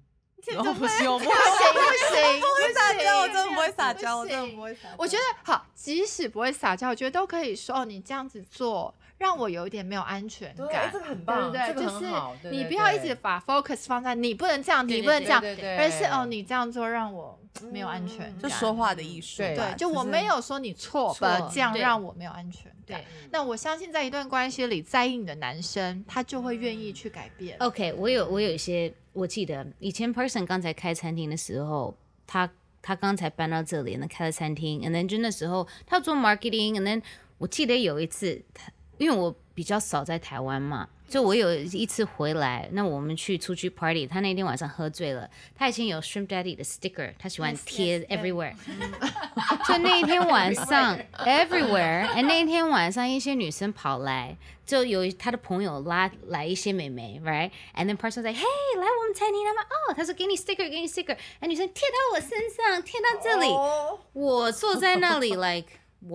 D: 然后不行，我不
C: 不行不行，
D: 不会撒娇，我真的不会撒
C: 不
D: 娇，我真的
C: 行
D: 不会撒娇。
C: 我觉得嗯好，即使不会撒娇，我觉得都可以说哦，你这样子做让我有一点没有安全
B: 对，
C: 感
B: 哎，这个很
C: 对不
B: 棒，
C: 对？
B: 这个
C: 就
B: 很好，对
C: 是你
B: 对
C: 不要一
B: 对
C: 直把 focus 放在你不能这样，
A: 对
C: 你
A: 对
C: 不能这样，
B: 对对对
C: 而是哦，你这样做让我没有安全
B: 嗯嗯
C: 感。
B: 嗯
D: 就说话的艺术吧，
B: 对
C: 对，啊就我
D: 是
C: 没有说你错吧，
A: 错
C: 这样
A: 对
C: 让我没有安全感
A: 对。
C: 那我相信在一段关系里，在意你的男生，他就会愿意去改变。
A: OK，我有我有一些，我记得以前 Person 刚才开餐厅的时候，他他刚才搬到这里，那开了餐厅，and then 就那时候他做 marketing，and then 我记得有一次他，因为我比较少在台湾嘛。就我有一次回来，那我们去出去 party，他那天晚上喝醉了，他以前有 Shrimp Daddy 的 sticker，他喜欢
C: Yes, yes,
A: 贴
C: yes. [LAUGHS]
A: everywhere，就那一天晚上 everywhere，哎，那一天晚上一些女生跑来，就有她的朋友拉来一些美眉，right？And then person 在，嘿，来我们餐厅，他们哦，他说给你 sticker，给你 sticker，哎，女生贴到我身上，贴到这里，我坐在那里 like。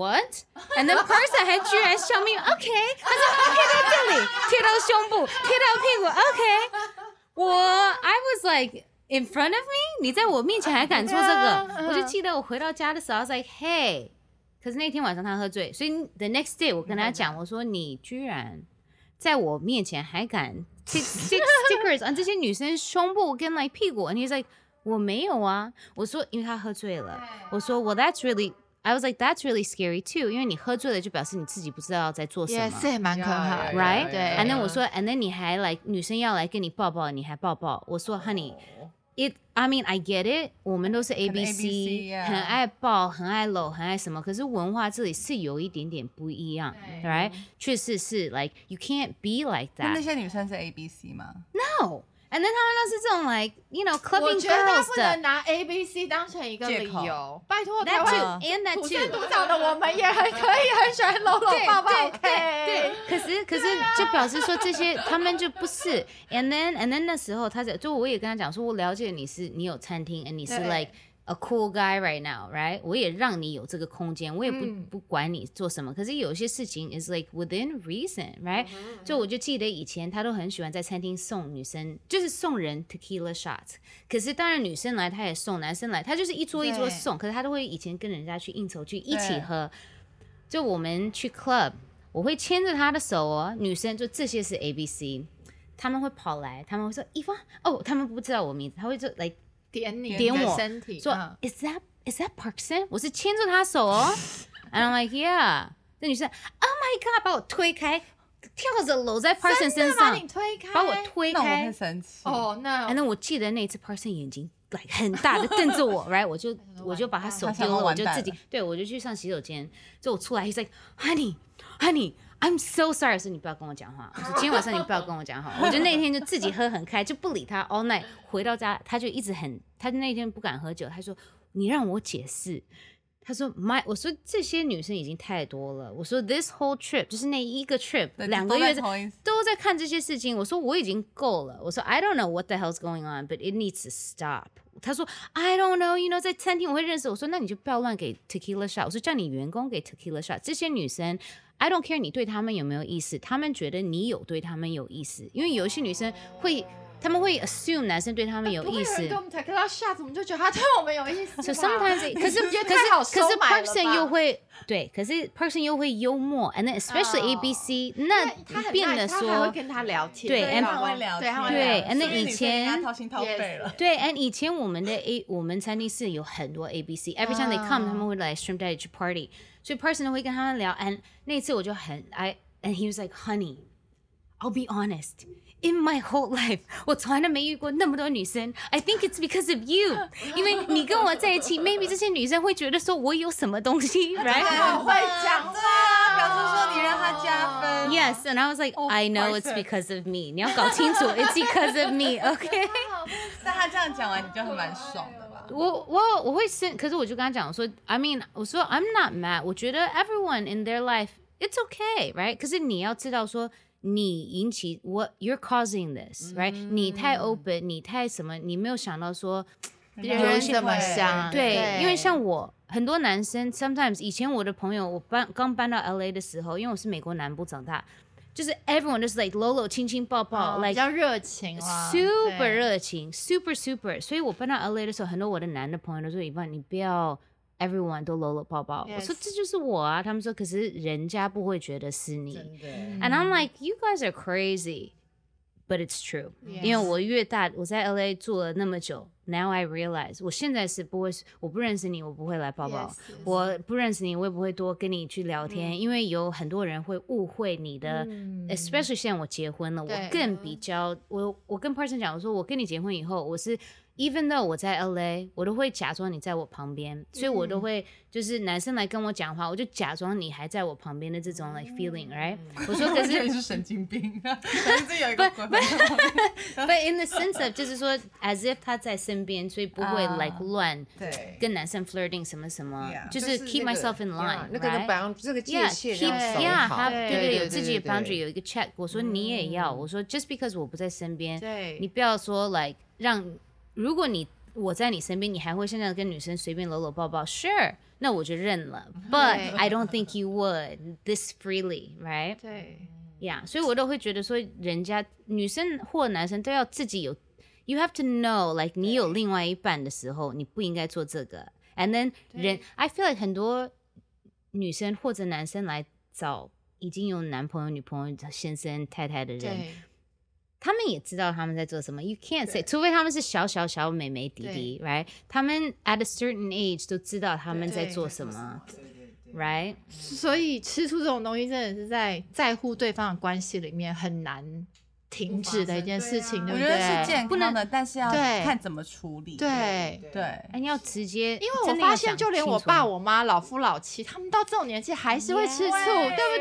A: What？And then person 还居然笑眯眯，OK，他说贴到这里，贴到胸部，贴到屁股，OK。我 I was like in front of me，你在我面前还敢做这个？我就记得我回到家的时候，I was like hey，可是那天晚上他喝醉，所以 the next day 我跟他讲，我说你居然在我面前还敢 stick [LAUGHS] stick stickers 啊这些女生胸部跟 like 屁股，and he's like 我没有啊，我说因为他喝醉了，我说 well that's really I was like that's really scary too，因为你喝醉了就表示你自己不知道在做什么。
C: 也是也蛮可怕的
A: right？
C: 对
A: And then
C: 嗯
A: 我说，and then 你还来，女生要来跟你抱抱，你还抱抱。我说，Honey，it I mean I get it，我们都是 Oh。A B C，
D: ABC，yeah
A: 很爱抱，很爱搂，很爱什么。可是文化这里是有一点点不一样，right？确实是，like you can't be like
D: 那那
A: that。
D: 些女生是 A B C 吗？
A: No。 And then 他们都是这种 like you know
C: 我
A: clubbing
C: 觉得他
A: girls
C: 不
A: 的
C: 能拿 A B C 当成一个
D: 借
C: 理
D: 口
C: 由，拜托台
A: ，that
C: 湾
A: too and that
C: 啊土生
A: too
C: 土。长的我们也很可以很喜欢搂搂抱抱，OK？
A: 对，可
C: 啊
A: 是可是就表示说这些他们就不是，and then and then 那时候他在就我也跟他讲说，我了解你是你有餐厅，and 你是
C: 对嗯
A: like a cool guy right now，right？我也让你有这个空间，我也不、
E: 嗯
A: 不管你做什么，可是有些事情 is like within
C: 嗯
A: reason，right？、就我就记得以前他都很喜欢在餐厅送女生，就是送人 tequila shots，可是当然女生来他也送，男生来他就是一桌一桌
C: 对
A: 送，可是他都会以前跟人家去应酬去一起
D: 对
A: 喝。就我们去 club，我会牵着她的手哦，女生就这些是 A B C，他们会跑来，他们会说一方哦，他们不知道我名字，他会就来
C: 点你
A: 点
C: 的
A: 我
C: 身体，
A: 说、
C: 嗯
A: Is that Is that Parkson？我是牵着她手哦，and I'm like yeah，这女生 Oh my god，把我推开，跳着搂在 Parkson
C: 真
A: 身
C: 的把
A: 上
C: 你，推开，
A: 把我推
D: 那我会
A: 开，
D: 生气。
C: 哦，那
A: and then 我记得哎那一次 Parkson 眼睛。like 很大的瞪着
D: [LAUGHS]
A: 我，right？我就我就把他手
D: 他
A: 丢
D: 想说
A: 了，我
D: 完
A: 就
D: 蛋
A: 自己对我就去上洗手间，就我出来，he's like honey honey I'm so sorry，我说你不要跟我讲话，我说今天晚上你不要跟我讲话，我就那天就自己喝很开，就不理他 all night，回到家他就一直很，他那天不敢喝酒，他说你让我解释。他说：“My，我说这些女生已经太多了。我说 this whole trip 就是那一个 trip
D: 对
A: 两
D: 都
A: 个
D: 在
A: 月在
D: 同一次
A: [LAUGHS] 都在看这些事情。我说我已经够了。我说 I don't know what the hell's going on, but it needs to stop。他说 I don't know, you know，在餐厅我会认识。我说那你就不要乱给 tequila shot。我说叫你员工给 tequila shot。这些女生，I don't care 你对她们有没有意思，她们觉得你有对她们有意思，因为有一些女生会，她们会 assume 男生对她们有
C: 不会
A: 意
C: 有
A: 思
C: 人。给我们 t e q u i l a shot，我们就觉得他对我们有意思吧。
A: So sometimes，it, 可
C: [LAUGHS]
A: 是可
C: 觉
A: 是
C: 得啊太好
A: 可
C: 收
A: 是
C: 买了
A: person
C: 吧
A: 又会对，可是 person 又会幽默，and then especially A B C，、那
C: 对他很
A: 变
C: nice，
A: 得
C: 他还会
A: 说。
C: 跟他聊天，
A: 对
C: 对
A: and-
C: 吧
D: 他会聊
C: 对，
D: 天
C: 他会
A: 对
C: 聊
A: 哎那
D: 所以
A: 以
D: 女生
A: 前
D: 跟他掏心掏肺
C: Yes
D: 了。
A: 对，and 以前我们的 A 我们餐厅是有很多 A B C，every time they come，、他们会来 stream 带你去 party，所以 person 会跟他们聊，and 那一次我就很 I and he was like honey。I'll be honest. In my whole life，我 [LAUGHS] 从来都没遇过那么多女生。I think it's because of you，因为你跟我在一起，maybe 这些女生会觉得说我有什么东西，right？
C: 哎 [LAUGHS] 好会讲话
D: 对啊，表示说你让他加分。
A: Yes, and I was like,
D: Oh,
A: I know it's
D: person.
A: because of me. 你要搞清楚，it's because of me. OK，
D: 但他这样讲完，你就很蛮爽的吧？
A: 我我我会生，可是我就跟他讲说，I mean，我说 I'm not mad。我觉得 everyone in their life it's okay, right？可是你要知道说。你引起我，you're causing this, right？、你太 open，你太什么，你没有想到说，
D: 别
C: 别人怎么想？
A: 对，因为像我很多男生，sometimes 以前我的朋友，我搬刚搬到 LA 的时候，因为我是美国南部长大，就是 everyone 就是 like 搂搂亲亲抱抱、
C: 哦
A: l i
C: 比
A: k e
C: 较热情啦
A: super
C: 对
A: 热情，super super。所以我搬到 LA 的时候，很多我的男的朋友都说：“一般你不要 everyone 都搂搂抱抱。我说：“这就是我啊。”他们说：“可是人家不会觉得是你。And
C: 嗯
A: I'm like, "You guys are crazy." But it's true，、
C: Yes
A: 因为我越大，我在 LA 住了那么久，Now I realize，我现在是不会，我不认识你，我不会来抱抱
C: Yes, 嗯 yes
A: 我不认识你，我也不会多跟你去聊天，因为有很多人会误会你的、especially 现在我结婚了，我
C: 对
A: 更比较我我跟 person 讲，我说我跟你结婚以后，我是 even though 我在 LA，我都会假装你在我旁边，所以我都会就是男生来跟我讲话，我就假装你还在我旁边的这种 like
C: 嗯
A: feeling，right？、我说可
D: [LAUGHS] 我觉得
A: 是
D: 你是神经病，啊
C: [LAUGHS]
D: 可是这有一个鬼魂在旁边。
A: but in the sense of 就是说 as if 他在身边，所以不会
D: 啊
A: like 乱
D: [LAUGHS] 对
A: 跟男生 flirting 什么什么
D: Yeah，
A: 就
B: 就是是
A: keep
B: 那个
A: myself in
B: Yeah，
A: line，
B: 那个
A: right？
B: bound 这个界
A: Yeah,
B: 限
A: keep-
B: 要守
A: yeah，
B: 好，
A: 他对
C: 对
A: 对，有
B: 对
A: 自己的
B: 对
A: boundary，有一个 check。我说你也要，我说 just because 我不在身边，
C: 对
A: 你不要说 like 让，如果你我在你身边，你还会现在跟女生随便搂搂抱抱，sure，那我就认了。
C: 对
A: But I don't think you would this freely, right?
C: 对
A: Yeah，所以我都会觉得说，人家女生或男生都要自己有，you have to know like 你有另外一半的时候，你不应该做这个。And then 人，I feel like 很多女生或者男生来找已经有男朋友、女朋友、先生、太太的人，
C: 对
A: 他们也知道他们在做什么。You can't say，除非他们是小小小美眉弟弟，right？他们 at a certain age 都知道他们在做什么，right？
C: 所以吃醋这种东西真的是在在乎对方的关系里面很难
E: 停止的一件事情，对
D: 我
E: 不
D: 觉得
B: 啊
D: 是
E: 对？
D: 健康的，但是要
C: 对
D: 看怎么处理。
C: 对，
D: 对，
A: 哎，你要直接，
C: 因为
A: 真
C: 我
A: 的要
C: 发现，
A: 讲
C: 就连
A: 清
C: 我
A: 楚
C: 爸、我妈老夫老妻，他们到这种年纪还哎是会吃醋，
B: 会
C: 对不
B: 会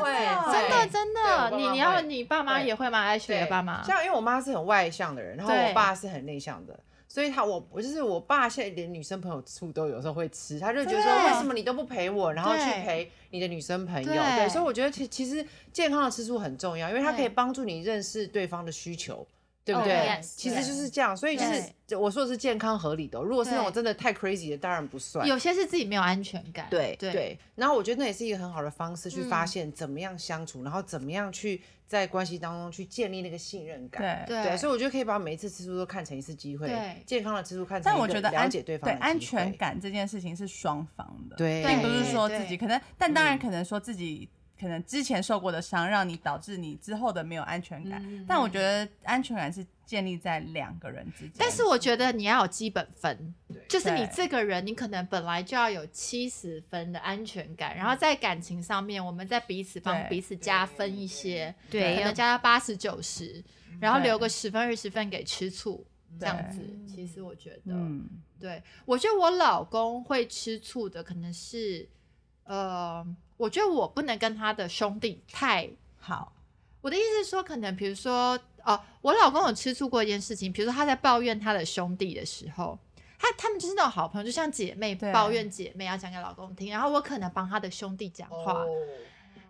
B: 会会
C: 真的真
B: 对我
C: 的，
B: 爸
C: 你
B: 妈
C: 你要
B: 会
C: 你爸妈
B: 对
C: 也会吗？爱
B: 对
C: 学爸妈，
B: 像因为我妈是很外向的人，然后我
C: 对
B: 爸是很内向的，所以他我我就是我爸现在连女生朋友醋都有时候会吃，他就觉得说
C: 对
B: 为什么你都不陪我，然后去
C: 对
B: 陪你的女生朋友，
C: 对
B: 对，所以我觉得其其实健康的吃醋很重要，因为它
C: 对
B: 可以帮助你认识对方的需求。对不
A: 哦
B: 对
A: yes，
B: 其实就是这样，所以就是我说的是健康合理的哦、如果是那种
C: 对
B: 真的太 crazy 的，当然不算。
E: 有些是自己没有安全感，
B: 对
C: 对嗯
B: 然后我觉得那也是一个很好的方式去发现怎么样相处，然后怎么样去在关系当中去建立那个信任感。
D: 对
C: 对
B: 所以我觉得可以把每一次吃醋都看成一次机会
C: 对，
B: 健康的吃醋看成
D: 但
B: 一
D: 我
B: 个
D: 觉得
B: 了
D: 安
B: 解对方的
D: 安
B: 机会
D: 全。感这件事情是双方的，
B: 对
D: 并不是
C: 对
D: 说
C: 对
D: 自己可能，但当然
B: 嗯
D: 可能说自己可能之前受过的伤，让你导致你之后的没有安
B: 嗯
D: 全
C: 嗯
D: 感。但我觉得安全感是建立在两个人之间，
C: 但是我觉得你要有基本分，就是你
D: 对
C: 这个人，你可能本来就要有七十分的安全感，然后在感情上面，我们在彼此帮
D: 嗯对
C: 彼此加分一些，
A: 对
C: 可
A: 要
C: 能加到八十九十，然后
D: 对
C: 留个十分二十分给吃醋。
D: 嗯对
C: 这样子，其实我觉得，
D: 嗯，
C: 对我觉得我老公会吃醋的，可能是，呃，我觉得我不能跟他的兄弟太
D: 好，
C: 我的意思是说，可能比如说，哦，我老公有吃醋过一件事情，比如说他在抱怨他的兄弟的时候，他他们就是那种好朋友，就像姐妹
A: 啊
D: 对
C: 抱怨姐妹要讲给老公听，然后我可能帮他的兄弟讲话，
B: 哦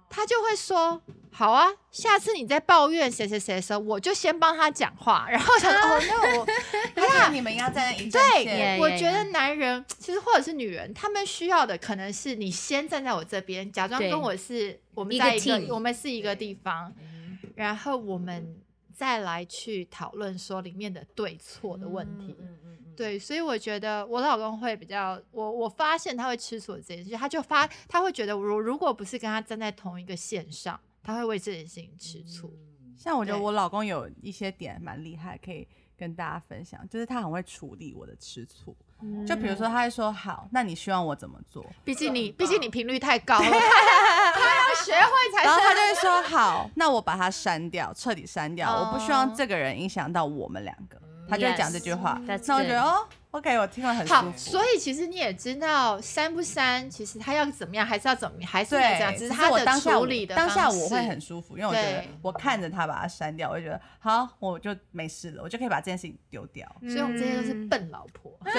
C: 他就会说：“好啊，下次你在抱怨谁谁谁的时候，我就先帮他讲话。”然后我想说，
A: 啊
C: 哦，那 [LAUGHS] 我
D: 那你们应该站在一阵
C: 对，
D: 线，
C: 我
A: 呀
C: 觉得男人其实或者是女人，他们需要的可能是你先站在我这边，假装
A: 对
C: 跟我是我们
A: 一
C: 在
A: 个
C: 一个
A: team
C: 我们是一个地方，
A: 嗯
C: 然后我们再来去讨论说里面的对错的问题。
B: 嗯
C: 对，所以我觉得我老公会比较，我我发现他会吃醋这件事，他就发他会觉得我如果不是跟他站在同一个线上，他会为这件事情吃醋。
B: 嗯
D: 像我觉得
C: 对
D: 我老公有一些点蛮厉害，可以跟大家分享，就是他很会处理我的吃醋。
C: 嗯
D: 就比如说，他会说：“好，那你希望我怎么做
C: 毕竟你毕竟你频率太高 [LAUGHS] 了，他要学会？”才
D: 然后
C: 是。
D: 他就会说：“好，那我把它删掉，彻底删掉，
C: 哦
D: 我不希望这个人影响到我们两个。”他就会讲这句话。
A: That's
D: 那我觉得
A: good
D: 哦，OK，我听了很舒
C: 好，
D: 服。
C: 所以其实你也知道删不删，其实他要怎么样，还是要怎么，还是要
D: 对
C: 这样，，只
D: 只
C: 是他
D: 我
C: 的
D: 当下
C: 处
D: 我
C: 理的
D: 当下
C: 方
D: 我会
C: 式
D: 很舒服，因为我觉得
C: 对
D: 我看着他把它删掉，我就觉得好，我就没事了，我就可以把这件事情丢
C: [LAUGHS]
D: 掉。
C: 所以我们这些都是笨老婆。
D: 对，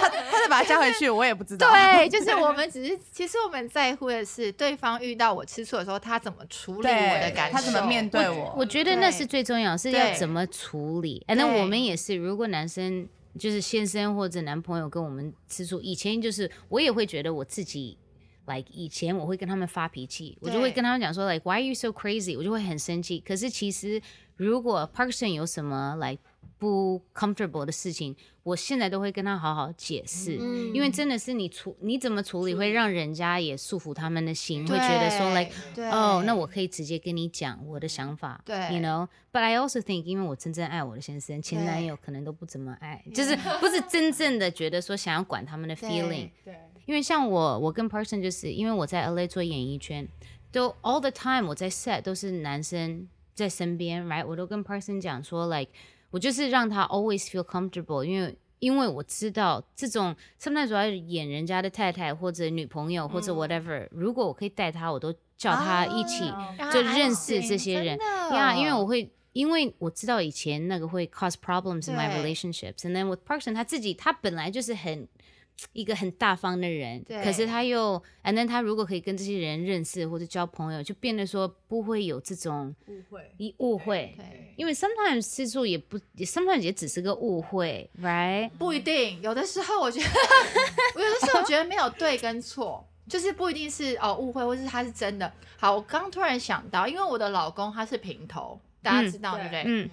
D: 他他再把它加回去，我也不知道。
C: 对，
A: [LAUGHS]
C: 就是我们只是，其实我们在乎的是对方遇到我吃醋的时候，他怎么处理
D: 对
C: 我的感受，
D: 他怎么面对我？
A: 我觉得那
C: 对
A: 是最重要，是要
C: 对
A: 怎么处理。哎，那我
C: 对
A: 们也是，如果男生就是先生或者男朋友跟我们吃醋，以前就是我也会觉得我自己。like 以前我会跟他们发脾气，我就会
C: 对
A: 跟他们讲说 like why are you so crazy，我就会很生气。可是其实如果 Parkson 有什么 like 不 comfortable 的事情，我现在都会跟他好好解释。
C: 嗯
A: 因为真的是你处你怎么处理，会让人家也束缚他们的心，会
C: 对
A: 觉得说 like
C: 对
A: 哦，那我可以直接跟你讲我的想法，
C: 对
A: ，you know，but I also think，因为我真正爱我的先生，前男友可能都不怎么爱，就是不是真正的觉得说想要管他们的 feeling，
D: 对，
A: 因为像我，我跟 person 就是因为我在 LA 做演艺圈，都 all the time 我在 set 都是男生在身边，right？我都跟 person 讲说，like 我就是让他 always feel comfortable，因为因为我知道这种 sometimes 我要演人家的太太或者女朋友
C: 嗯
A: 或者 whatever，、如果我可以带他，我都叫他一起、
B: 嗯
C: 让
A: 就
C: 他安
A: 认识这
C: 心
A: 些
C: 真
A: 人
C: 的
A: 呀因为我会。因为我知道以前那个会 cause problems in my
C: 对
A: relationships，and then with Parkson 他自己他本来就是很一个很大方的人，
C: 对
A: 可是他又，and then 他如果可以跟这些人认识或者交朋友，就变得说不会有这种
D: 误会。
A: 一误会，
C: 对
A: 因为 sometimes 吃醋也不也，sometimes 也只是个误会，right？
C: 不一定，有的时候我觉得，我有的时候我觉得没有对跟错，就是不一定是哦误会，或是他是真的。好，我刚突然想到，因为我的老公他是平头，大家知道、对不对？
A: 嗯，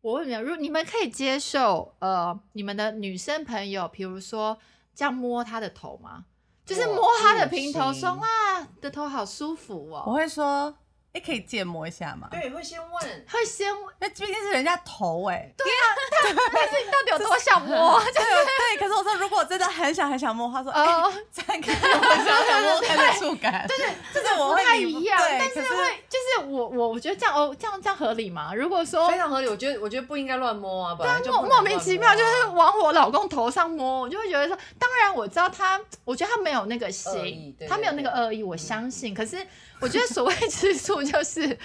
C: 我问你啊们，如你们可以接受呃你们的女生朋友，比如说这样摸她的头吗？就是
B: 我
C: 摸她的
B: 不
C: 平头，说
B: 行
C: 哇，你的头好舒服
D: 我
C: 哦。
D: 会说哎、可以建模一下吗？
B: 对，会先问。
C: 会先问，
D: 那毕竟是人家头哎、
C: 啊但是你到底有多
A: [LAUGHS]
C: 想摸？ [LAUGHS] 就
D: 对对，可是我说如果我真的很想很想摸，他说哎，
C: 哦，
D: 这样可以摸，我想想摸看的触感，
A: [LAUGHS]
D: 对对，就是我
C: 不
D: 会
C: 太
D: 理
C: 一样，
D: 对
C: 但是
D: 可
C: 会就是我我我觉得这样哦，这样这样合理吗？如果说
B: 非常合理，我觉得我觉得不应该乱摸啊，本来就
C: 哦莫
B: 不能
C: 莫
B: 乱
C: 名其
B: 摸啊
C: 妙就是往我老公头上摸，我就会觉得说，当然我知道他，我觉得他没有那个
B: 恶意
C: 心
B: 对，嗯
C: 他没有那个恶意，我相信。可是我觉得所谓吃醋就是， [LAUGHS]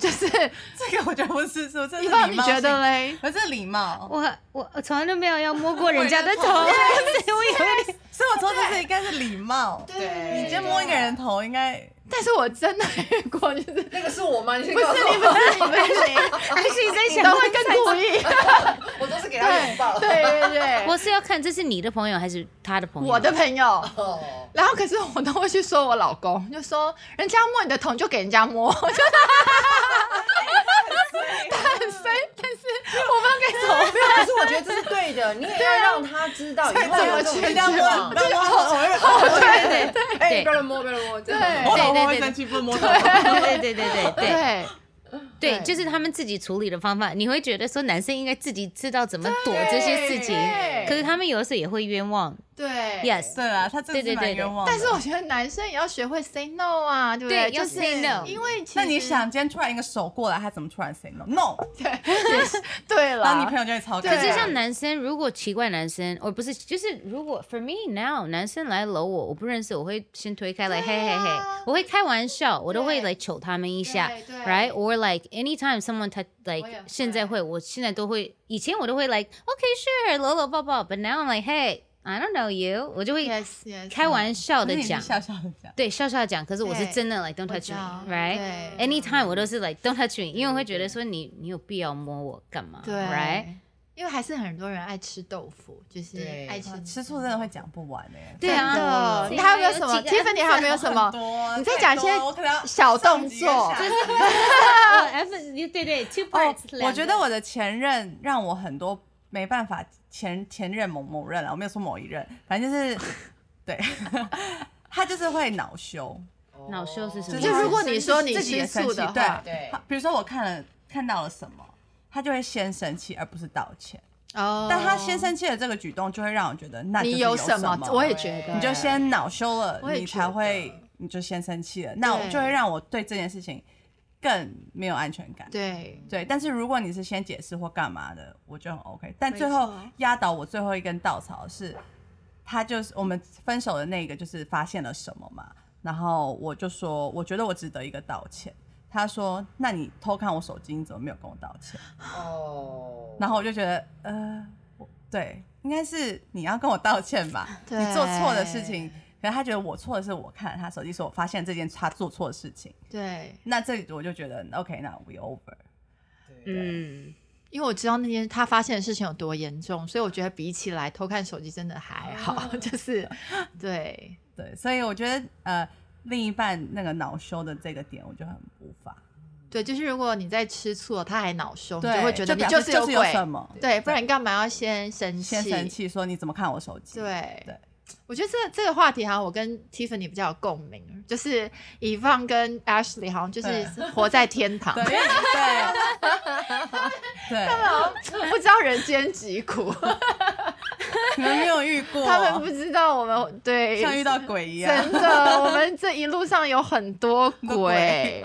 C: 就是
D: 这个我觉得不是说，这是
C: 一方
D: 礼
C: 你
D: 貌
C: 觉得
D: 性，
C: 嘞？
D: 可是礼貌，
A: 我我我从来都没有要摸过人家的头，[LAUGHS]
D: 我也
A: 对我以为
D: 所以我说这是应该是礼貌，
B: 对，
D: 你今天摸一个人头应该
C: 但是我真的遇过，
B: [LAUGHS]
C: 就是
B: 那个是我吗？你不
C: 不是你不是你
B: [LAUGHS]
C: 们谁，
A: 还是你在
C: 你
A: 想
C: 都会更故意。
B: 我都是给他拥
C: 对
B: 抱。
C: 对 [LAUGHS]
B: [LAUGHS]
C: 对对，
A: [LAUGHS] 我是要看这是你的朋友还是他的朋友？
C: 我的朋友。
B: 哦，
C: 然后可是我都会去说我老公，就说人家摸你的头你就给人家摸， [LAUGHS] 我就他很生，但是我不知道该怎么办。
B: 可是我觉得这是对的，你也要让他知道以后有这种
C: 对
D: 人
B: 情
D: 家摸，
B: 况。
D: 人家摸头，
A: 对对
B: 哎，
A: 对
B: 不要乱摸，不要乱摸。对
C: 对
D: 我
A: 对
D: [LAUGHS]
A: 对
D: 老婆会
A: 对
D: 生气，不摸头。
A: 对对对对对
C: 对
A: 对，
C: 对
A: 就是他们自己处理的方法，你会觉得说男生应该自己知道怎么躲这些事情，
C: 对
A: 可是他们有的时候也会冤枉。
C: 对
A: Yes，
D: 对啦，他真的
A: 对对
D: 是
A: 对
D: 蛮
A: 对
D: 冤枉的。
C: 但是我觉得男生也要学会 say no 啊，对不
A: 对，
C: 对？
A: 要
C: 就是
A: say no。
C: 因为其实
D: 那你，想，今天突然一个手过来，他怎么突然 say no？No，
C: 对
D: 然后你朋
C: 了，
D: 友就会超尴
C: 可
D: 尬。
A: 啊可是
C: 对啊
A: 像男生，如果奇怪男生，我不是，就是如果 for me now，男生来搂我，我不认识，我会先推开来，嘿
C: 啊
A: 嘿嘿，我会开玩笑，我都会来求他们一下
C: 对对
A: ，right or like anytime someone touch
C: 我
A: like
C: 也会
A: 现在会，我现在都会，以前我都会 like okay sure 搂搂抱抱，but now I'm like hey I don't know you，我就会
C: yes yes，
A: 开玩笑
D: 可
A: 的
D: 是你是
A: 讲，
D: 笑笑的讲，
A: 对，笑笑地讲，可是我是
C: 对
A: 真的 like don't
C: 我
A: touch
C: 知道
A: me，right。
C: 对
A: Anytime 我都是 like don't touch me，因为我会觉得说你你有必要摸我干嘛
C: 对
A: ，right？
C: 因为还是很多人爱吃豆腐，就是
B: 对
C: 爱吃
D: 吃醋真的会讲不完哎。
A: 对
C: 真
A: 啊
C: 的，你还有没有什么
A: 几个
C: Tiffany 还有没有什么
D: 很多
C: 你再讲一些
D: 太多我可能要
C: 小动
D: 上集跟
C: 作
D: 下？
A: 我 F 对对，two
D: 哦
A: parts，、，
C: Oh，
D: 我觉得我的前任让我很多没办法，前前任某某任啊，我没有说某一任，反正就是
C: [LAUGHS]
D: 对， [LAUGHS] 他就是会恼羞，
A: 恼羞是什么
D: 就
A: 意
D: 是
A: 思？
C: 就如果你说你
D: 自己也
C: 吃
D: 生
C: 醋
D: 气
C: 的，
D: 对
C: 话，
B: 对
D: 他比如说我看了看到了什么，他就会先生气，而不是道歉。
C: 哦
D: 但他先生气的这个举动，就会让我觉得那就是
C: 你
D: 有
C: 什
D: 么，
C: 我也觉得
D: 你就先恼羞了，
C: 我也
D: 你
C: 觉得
D: 才会你就先生气了，那我
C: 对
D: 就会让我对这件事情更没有安全感。
C: 对
D: 对，但是如果你是先解释或干嘛的，我就很 OK。但
C: 没
D: 最后
C: 错
D: 压倒我最后一根稻草的是，他就是我们分手的那个，就是发现了什么嘛，然后我就说，我觉得我值得一个道歉。他说：“那你偷看我手机，你怎么没有跟我道歉？”
B: 哦，
D: 然后我就觉得，呃，我对，应该是你要跟我道歉吧，
C: [LAUGHS] 对
D: 你做错的事情。可是他觉得我错的是我看了他手机，说我发现这件他做错的事情，
C: 对，
D: 那这我就觉得 OK，那 we over。
A: 嗯，
C: 因为我知道那天他发现的事情有多严重，所以我觉得比起来偷看手机真的还好， [LAUGHS] 就是对
D: 对，所以我觉得呃，另一半那个恼羞的这个点，我就很无法。
C: 对，就是如果你在吃醋，他还恼羞，你
D: 对，
C: 就会觉得你
D: 表
C: 是
D: 示就是有
C: 鬼，
D: 什么，
C: 对，不然你干嘛要先生
D: 先生气说你怎么看我手机？
C: 对
D: 对。
C: 我觉得这这个话题好像我跟 Tiffany 比较有共鸣，就是以放跟 Ashley 好像就是
D: 对
C: 活在天堂，
D: 对 [LAUGHS] 对对，
C: [LAUGHS] 不知道人间疾
D: [LAUGHS]
C: 苦，
D: 你们没有遇过，
C: 他们不知道我们对
D: 像遇到鬼一样
C: 真，的，我们这一路上有很多
A: [LAUGHS]
D: 鬼
C: 鬼，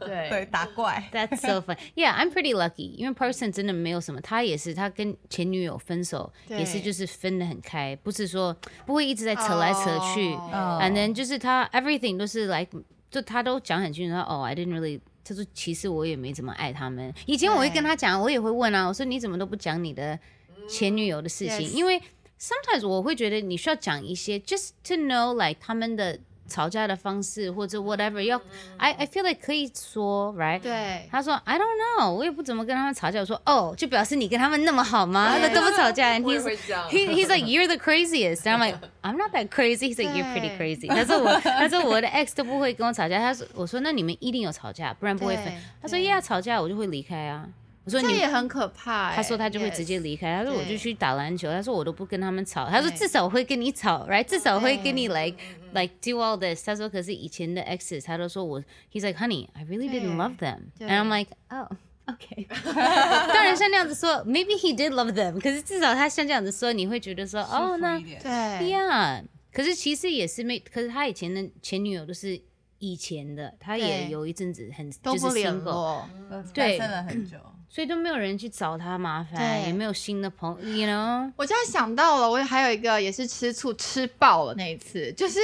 C: 对
D: 对，打怪。
A: That's so fun. Yeah, I'm pretty lucky. 因为 Person 真的没有什么，他也是，他跟前女友分手
C: 对
A: 也是就是分得很开，不是说不会一直在扯来扯去。
D: 嗯
C: 哦
A: 嗯反正就是他 everything 都是 like，就他都讲很清楚。他哦、i didn't really，他说其实我也没怎么爱他们。以前我会跟他讲，我也会问啊，我说你怎么都不讲你的前女友的事情？
C: 嗯 Yes
A: 因为 sometimes 我会觉得你需要讲一些，just to know like 他们的吵架的方式或者 whatever 要。I I feel like 可以说，right？
C: 嗯对
A: 他说 I don't know，我也不怎么跟他们吵架。我说哦，就表示你跟他啊们那么好吗？他们都不吵架。And
B: 我也
A: he's
B: 会这样。
C: [LAUGHS]
A: He, he's like, you're the craziest. And I'm like, I'm not that crazy. He's like, you're pretty
C: 对
A: crazy. 他说我，他说我的 ex 都不会跟我吵架。他说，我说那你们一定有吵架，不然不会分
C: 对。
A: 他说，Yeah，吵架我就会离开啊。我说
C: 这
A: 你
C: 也很可怕、欸。
A: 他说他就会直接
C: yes
A: 离开，他说我就
C: 对
A: 去打篮球，他说我都不跟他们吵，他说
E: 对
A: 至少我会跟你吵，right？至
C: 哦
A: 少我会跟你
B: 对
C: 嗯
A: like like do all this。他说可是以前的 exes，他都说我，he's like honey, I really didn't
C: 对
A: love them,
C: 对
A: and I'm like oh.
C: [LAUGHS]
A: OK，当然像那样子说，maybe he did love them，可是至少他像这样子说，你会觉得说，哦，那
D: 对，
C: 对
A: Yeah，可是其实也是没，可是他以前的前女友都是以前的，他也
C: 对
A: 有一阵子很
C: 都
A: 就是 s
C: 不
A: i
C: 联
A: n
C: 络，
A: 对
D: 单身了很久，
A: 所以都没有人去找他麻烦，
C: 对
A: 也没有新的朋友，you know，
C: 我现在想到了，我还有一个也是吃醋吃爆了那一次，就是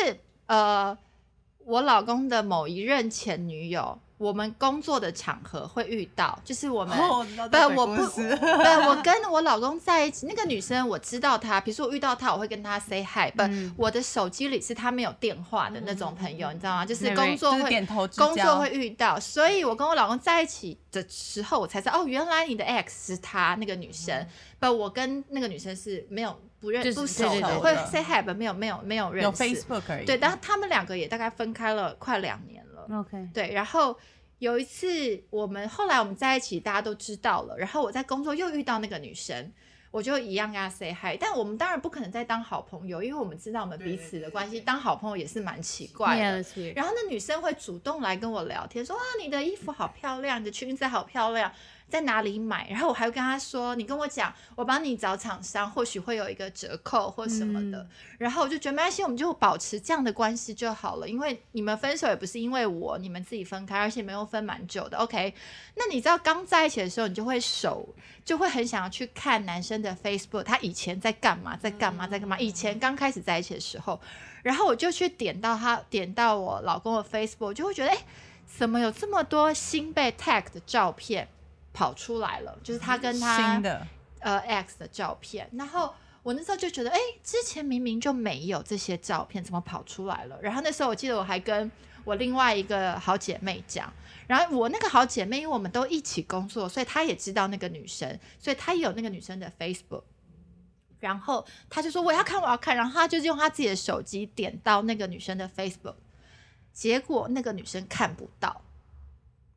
C: 呃，我老公的某一任前女友，我们工作的场合会遇到，就是我们。
D: 哦，我知道
C: 不，
D: 这个
C: 我
D: 故
C: 不，
D: [LAUGHS] 事
C: 不， [LAUGHS] 我跟我老公在一起，那个女生我知道她，比如说我遇到她，我会跟她 say hi，不、
A: 嗯
C: 我的手机里是她没有电话的那种朋友，你知道吗？就是
A: 对
C: 工作
D: 就是
C: 会
D: 点头之交
C: 工作会遇到，所以我跟我老公在一起的时候，我才知道哦，原来你的 ex 是他那个女生，不，我跟那个女生是没有不认
A: 就是
C: 不熟
A: 对对
C: 的，
A: 对
C: 会
D: 对
C: say hi，but 没有没有没有认
D: 有
C: 识。
D: Facebook 而已。
C: 对，但他们两个也大概分开了快两年了。
A: ，OK，
C: 对，然后有一次我们后来我们在一起，大家都知道了。然后我在工作又遇到那个女生，我就一样跟她 say hi。但我们当然不可能再当好朋友，因为我们知道我们彼此的关系，当好朋友也是蛮奇怪的。
A: ，Yeah，that's weird，
C: 然后那女生会主动来跟我聊天，说啊，你的衣服好漂亮，你的裙子好漂亮，在哪里买？然后我还会跟她说，你跟我讲，我帮你找厂商，或许会有一个折扣或什么的。然后我就觉得没关系，我们就保持这样的关系就好了，因为你们分手也不是因为我，你们自己分开，而且没有分蛮久的。OK，那你知道刚在一起的时候，你就会手就会很想要去看男生的 Facebook，他以前在干嘛，在干嘛，在干嘛？以前刚开始在一起的时候，然后我就去点到他，点到我老公的 Facebook，我就会觉得，哎，怎么有这么多新被 tag 的照片跑出来了？就是他跟他
D: 新的，
C: 呃 X 的照片，然后我那时候就觉得，哎，之前明明就没有这些照片，怎么跑出来了？然后那时候我记得我还跟我另外一个好姐妹讲，然后我那个好姐妹，因为我们都一起工作，所以她也知道那个女生，所以她也有那个女生的 Facebook。然后她就说我要看，我要看，然后她就是用她自己的手机点到那个女生的 Facebook，结果那个女生看不到，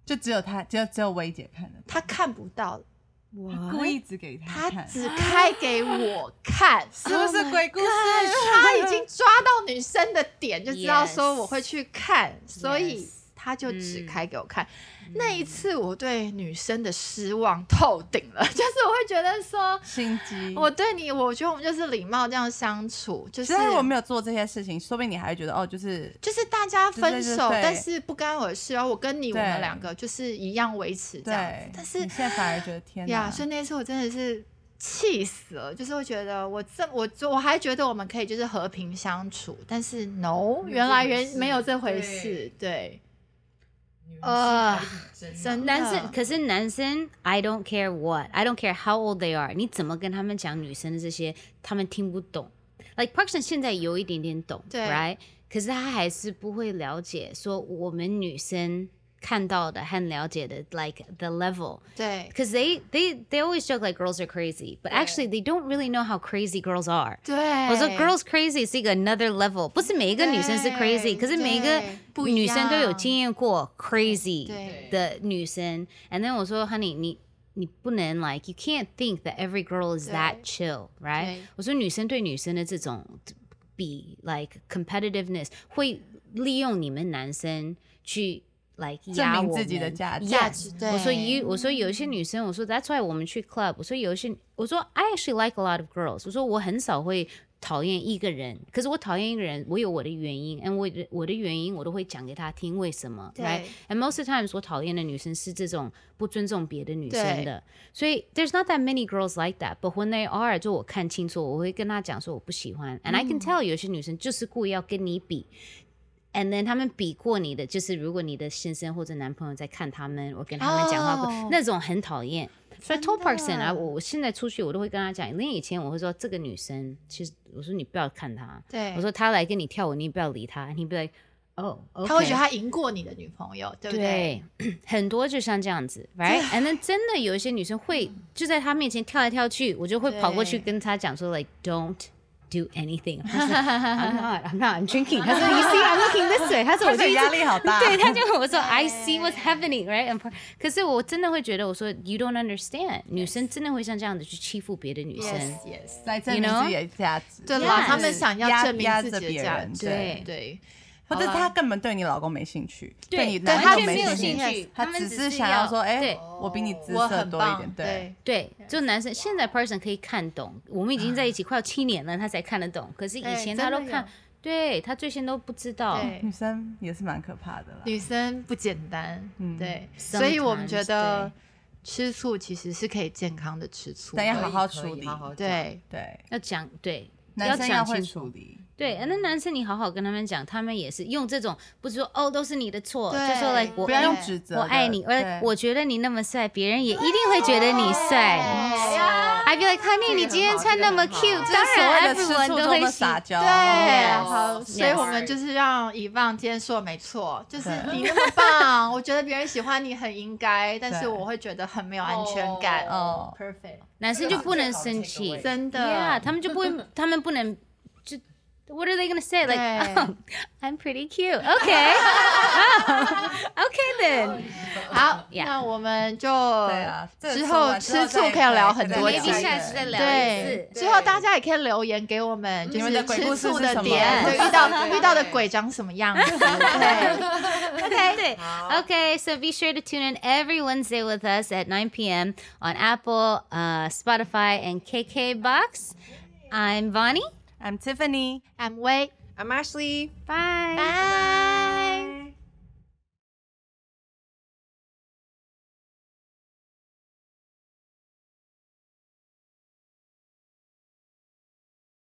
D: 就只有他，只有只有薇姐看的，
C: 她看不到，
D: 故意只给他
C: 她
D: 看，
C: 只开给我看，
D: 是不是鬼故事？
C: 他已 [LAUGHS] 经抓到女生的点，就知道
A: Yes
C: 说我会去看，所以
A: Yes
C: 他就
D: 嗯
C: 只开给我看。那一次，我对女生的失望透顶了， [LAUGHS] 就是我会觉得说，
D: 心机。
C: 我对你，我觉得我们就是礼貌这样相处，就
D: 其
C: 是
D: 实他如果没有做这些事情，说不定你还会觉得哦，就是
C: 就是大家分
D: 对对
C: 手，
D: 对
C: 但是不干我的事哦，我跟你我
D: 对
C: 们两个就是一样维持这样子
D: 对，。
C: 但是
D: 你现在反而觉得天
C: 呀，
D: 哪，
C: 所以那次我真的是气死了，就是会觉得我这我我还觉得我们可以就是和平相处，但是 no，原来人没有这回事，对，呃，真
A: 男生
C: 的
A: 可是男生，I don't care what，I don't care how old they are，你怎么跟他们讲女生的这些，他们听不懂。Like Parkson 现在有一点点懂，
C: 对
A: ，right？可是他还是不会了解，说我们女生看到的和了解的，like the level。
C: 对
A: because they they they always joke like girls are crazy, but actually they don't really know how crazy girls are.
C: 对，
A: 我说 oh, girls crazy 是一个 another level，不是每一个女生是
C: 对
A: crazy，可是每一个
C: 对不一
A: 女生都有
C: 样
A: 经验过 crazy
C: 对
A: 的女生。And then 我说 honey 你。你不能 like you can't think that every girl is
C: 对
A: that chill, right？
C: 对
A: 我说女生对女生的这种比 like competitiveness 会利用你们男生去 like
D: 证
A: 压
D: 明
A: 我
D: 自己的
A: 们
D: 价值
A: Yes
C: 价值对
A: 我说 you，我说有一些女生，我说 that's why 我们去 club，我说有一些，我说 I actually like a lot of girls，我说我很少会讨厌一个人，可是我讨厌一个人，我有我的原因，and 我的我的原因我都会讲给他听为什么
C: 对
A: ，right？And most of the times 我讨厌的女生是这种不尊重别的女生
C: 对
A: 的，所以 there's not that many girls like that，but when they are，就我看清楚，我会跟她讲说我不喜欢，and
C: 嗯
A: I can tell 有些女生就是故意要跟你比。And then 他们比过你的，就是如果你的先生或者男朋友在看他们，我跟他们讲话过
C: 哦
A: 那种很讨厌。所以 t o p a r s o n 啊，
C: 真的
A: 我我现在出去我都会跟他讲，因为以前我会说这个女生，其实我说你不要看她，
C: 对，
A: 我说她来跟你跳舞，你不要理她，你不要 like，哦、o
C: 他会觉得他赢过你的女朋友，对不对？
A: 对 [CLEARS THROAT] 很多就像这样
C: [LAUGHS]
A: 子，right？And then 真的有一些女生会就在她面前跳来跳去，我就会跑过去
C: 对
A: 跟她讲说，like don't do anything。他
C: [LAUGHS]
A: 说 I'm not, I'm not, I'm drinking。他说 You see, I'm looking this way。他说我
C: [LAUGHS]
A: 就一直
D: 压力好大。 [LAUGHS]
A: 对，他就跟我说 I see what's happening, right? And pro- 可是我真的会觉得，我说 You don't understand。女生真的会像这样子去欺负别的女生。
E: Yes, yes，
D: 来证明自己的价值。
C: 对啦
A: Yes
C: 他们想要
D: 压
C: 证明
D: 压
C: 自
D: 着
C: 己
D: 别
C: 的价
D: 人
C: 值，
A: 对
E: 对，
D: 或者他根本对你老公没兴趣，
A: 对
D: 你
A: 对
D: 男
A: 他
D: 友
A: 没
D: 没
A: 有
D: 兴
A: 兴趣
D: 他
A: 他们
D: 只
A: 只
D: 是
A: 是
D: 想
A: 要
D: 说，哎
A: 对，
D: 我比你资
C: 我
D: 色
C: 很
D: 多一点，
C: 棒，
D: 对，
C: 对。
A: 对，就男生现在 person 可以看懂，我们已经在一起快要七年了，他才看得懂。可是以
C: 哎
A: 前
C: 真
A: 他
C: 的
A: 都看
C: 有，
A: 对他最先都不知道。
C: 对
D: 女生也是蛮可怕的啦。
C: 女生不简单，
D: 嗯
C: 对，所以我们
A: Sometimes，
C: 觉得吃醋其实是可以健康的吃醋的，
D: 但要好好
B: 可以
D: 处理
B: 好好讲
C: 对，
D: 对，
A: 要讲对，
D: 男生
A: 要
D: 要
A: 讲
D: 会
A: 清楚。
D: 处理。
A: 对，那男生你好好跟他们讲，他们也是用这种不是说哦都是你的错，就说
C: 对
A: like 我
D: 不要
A: 爱
D: 用
C: 对
D: 指责
A: 我
D: 的，
A: 爱你，而
D: 对
A: 我觉得你那么帅，别人也一定会觉得你帅。I be like honey，你今天穿那么 cute，
D: 这
A: 当
D: 是所谓
A: 然
D: 的吃
A: everyone
D: 醋
A: 都
D: 中
A: 会
D: 的
A: [LAUGHS] 喜
D: 撒娇。
C: 对，
B: 哦
C: 好，所以
A: Yes
C: 我们就是让以望今天说的没错，就是
D: 对
C: 你那么棒，我觉得别人喜欢你很应该，但是
D: 对
C: 我会觉得很没有安全感，
D: 哦
C: ，perfect，
A: 男生就不能生 [LAUGHS]
B: 这个好
A: 气
B: 这个好
C: 真
A: ，Yeah，
C: 的，
A: 他们就不会，他们不能就 What are they gonna say? Like
C: 对
A: [LAUGHS] I'm pretty cute. [LAUGHS] Okay. Oh, okay [LAUGHS] then.
C: 好，
A: Yeah
C: 那我们就
D: 对啊，这个
C: 呃之
D: 吃
C: 后
D: 完
C: 吃醋
D: 再
C: 可以聊很
D: 再
C: 多
D: 聊
A: Maybe 下次再聊
C: 对，
A: 一次
C: 之后大家也可以留言给我们，就
D: 你们
C: 是
D: 的鬼故
C: 吃
D: 事是
C: 醋的
D: 什么
C: 点，
A: 对
C: 对遇到
B: 对对
C: 遇到的
B: 对
C: 鬼长什么样子，
D: [LAUGHS]
C: 对，
A: Okay. 对。
B: 好
A: Okay, so be sure to tune in every Wednesday with us at 9 p.m. on Apple, uh, Spotify, and KKBox. I'm Bonnie.
D: I'm Tiffany。
C: 安威，
B: ，I'm Ashley。
A: Bye.
C: 拜。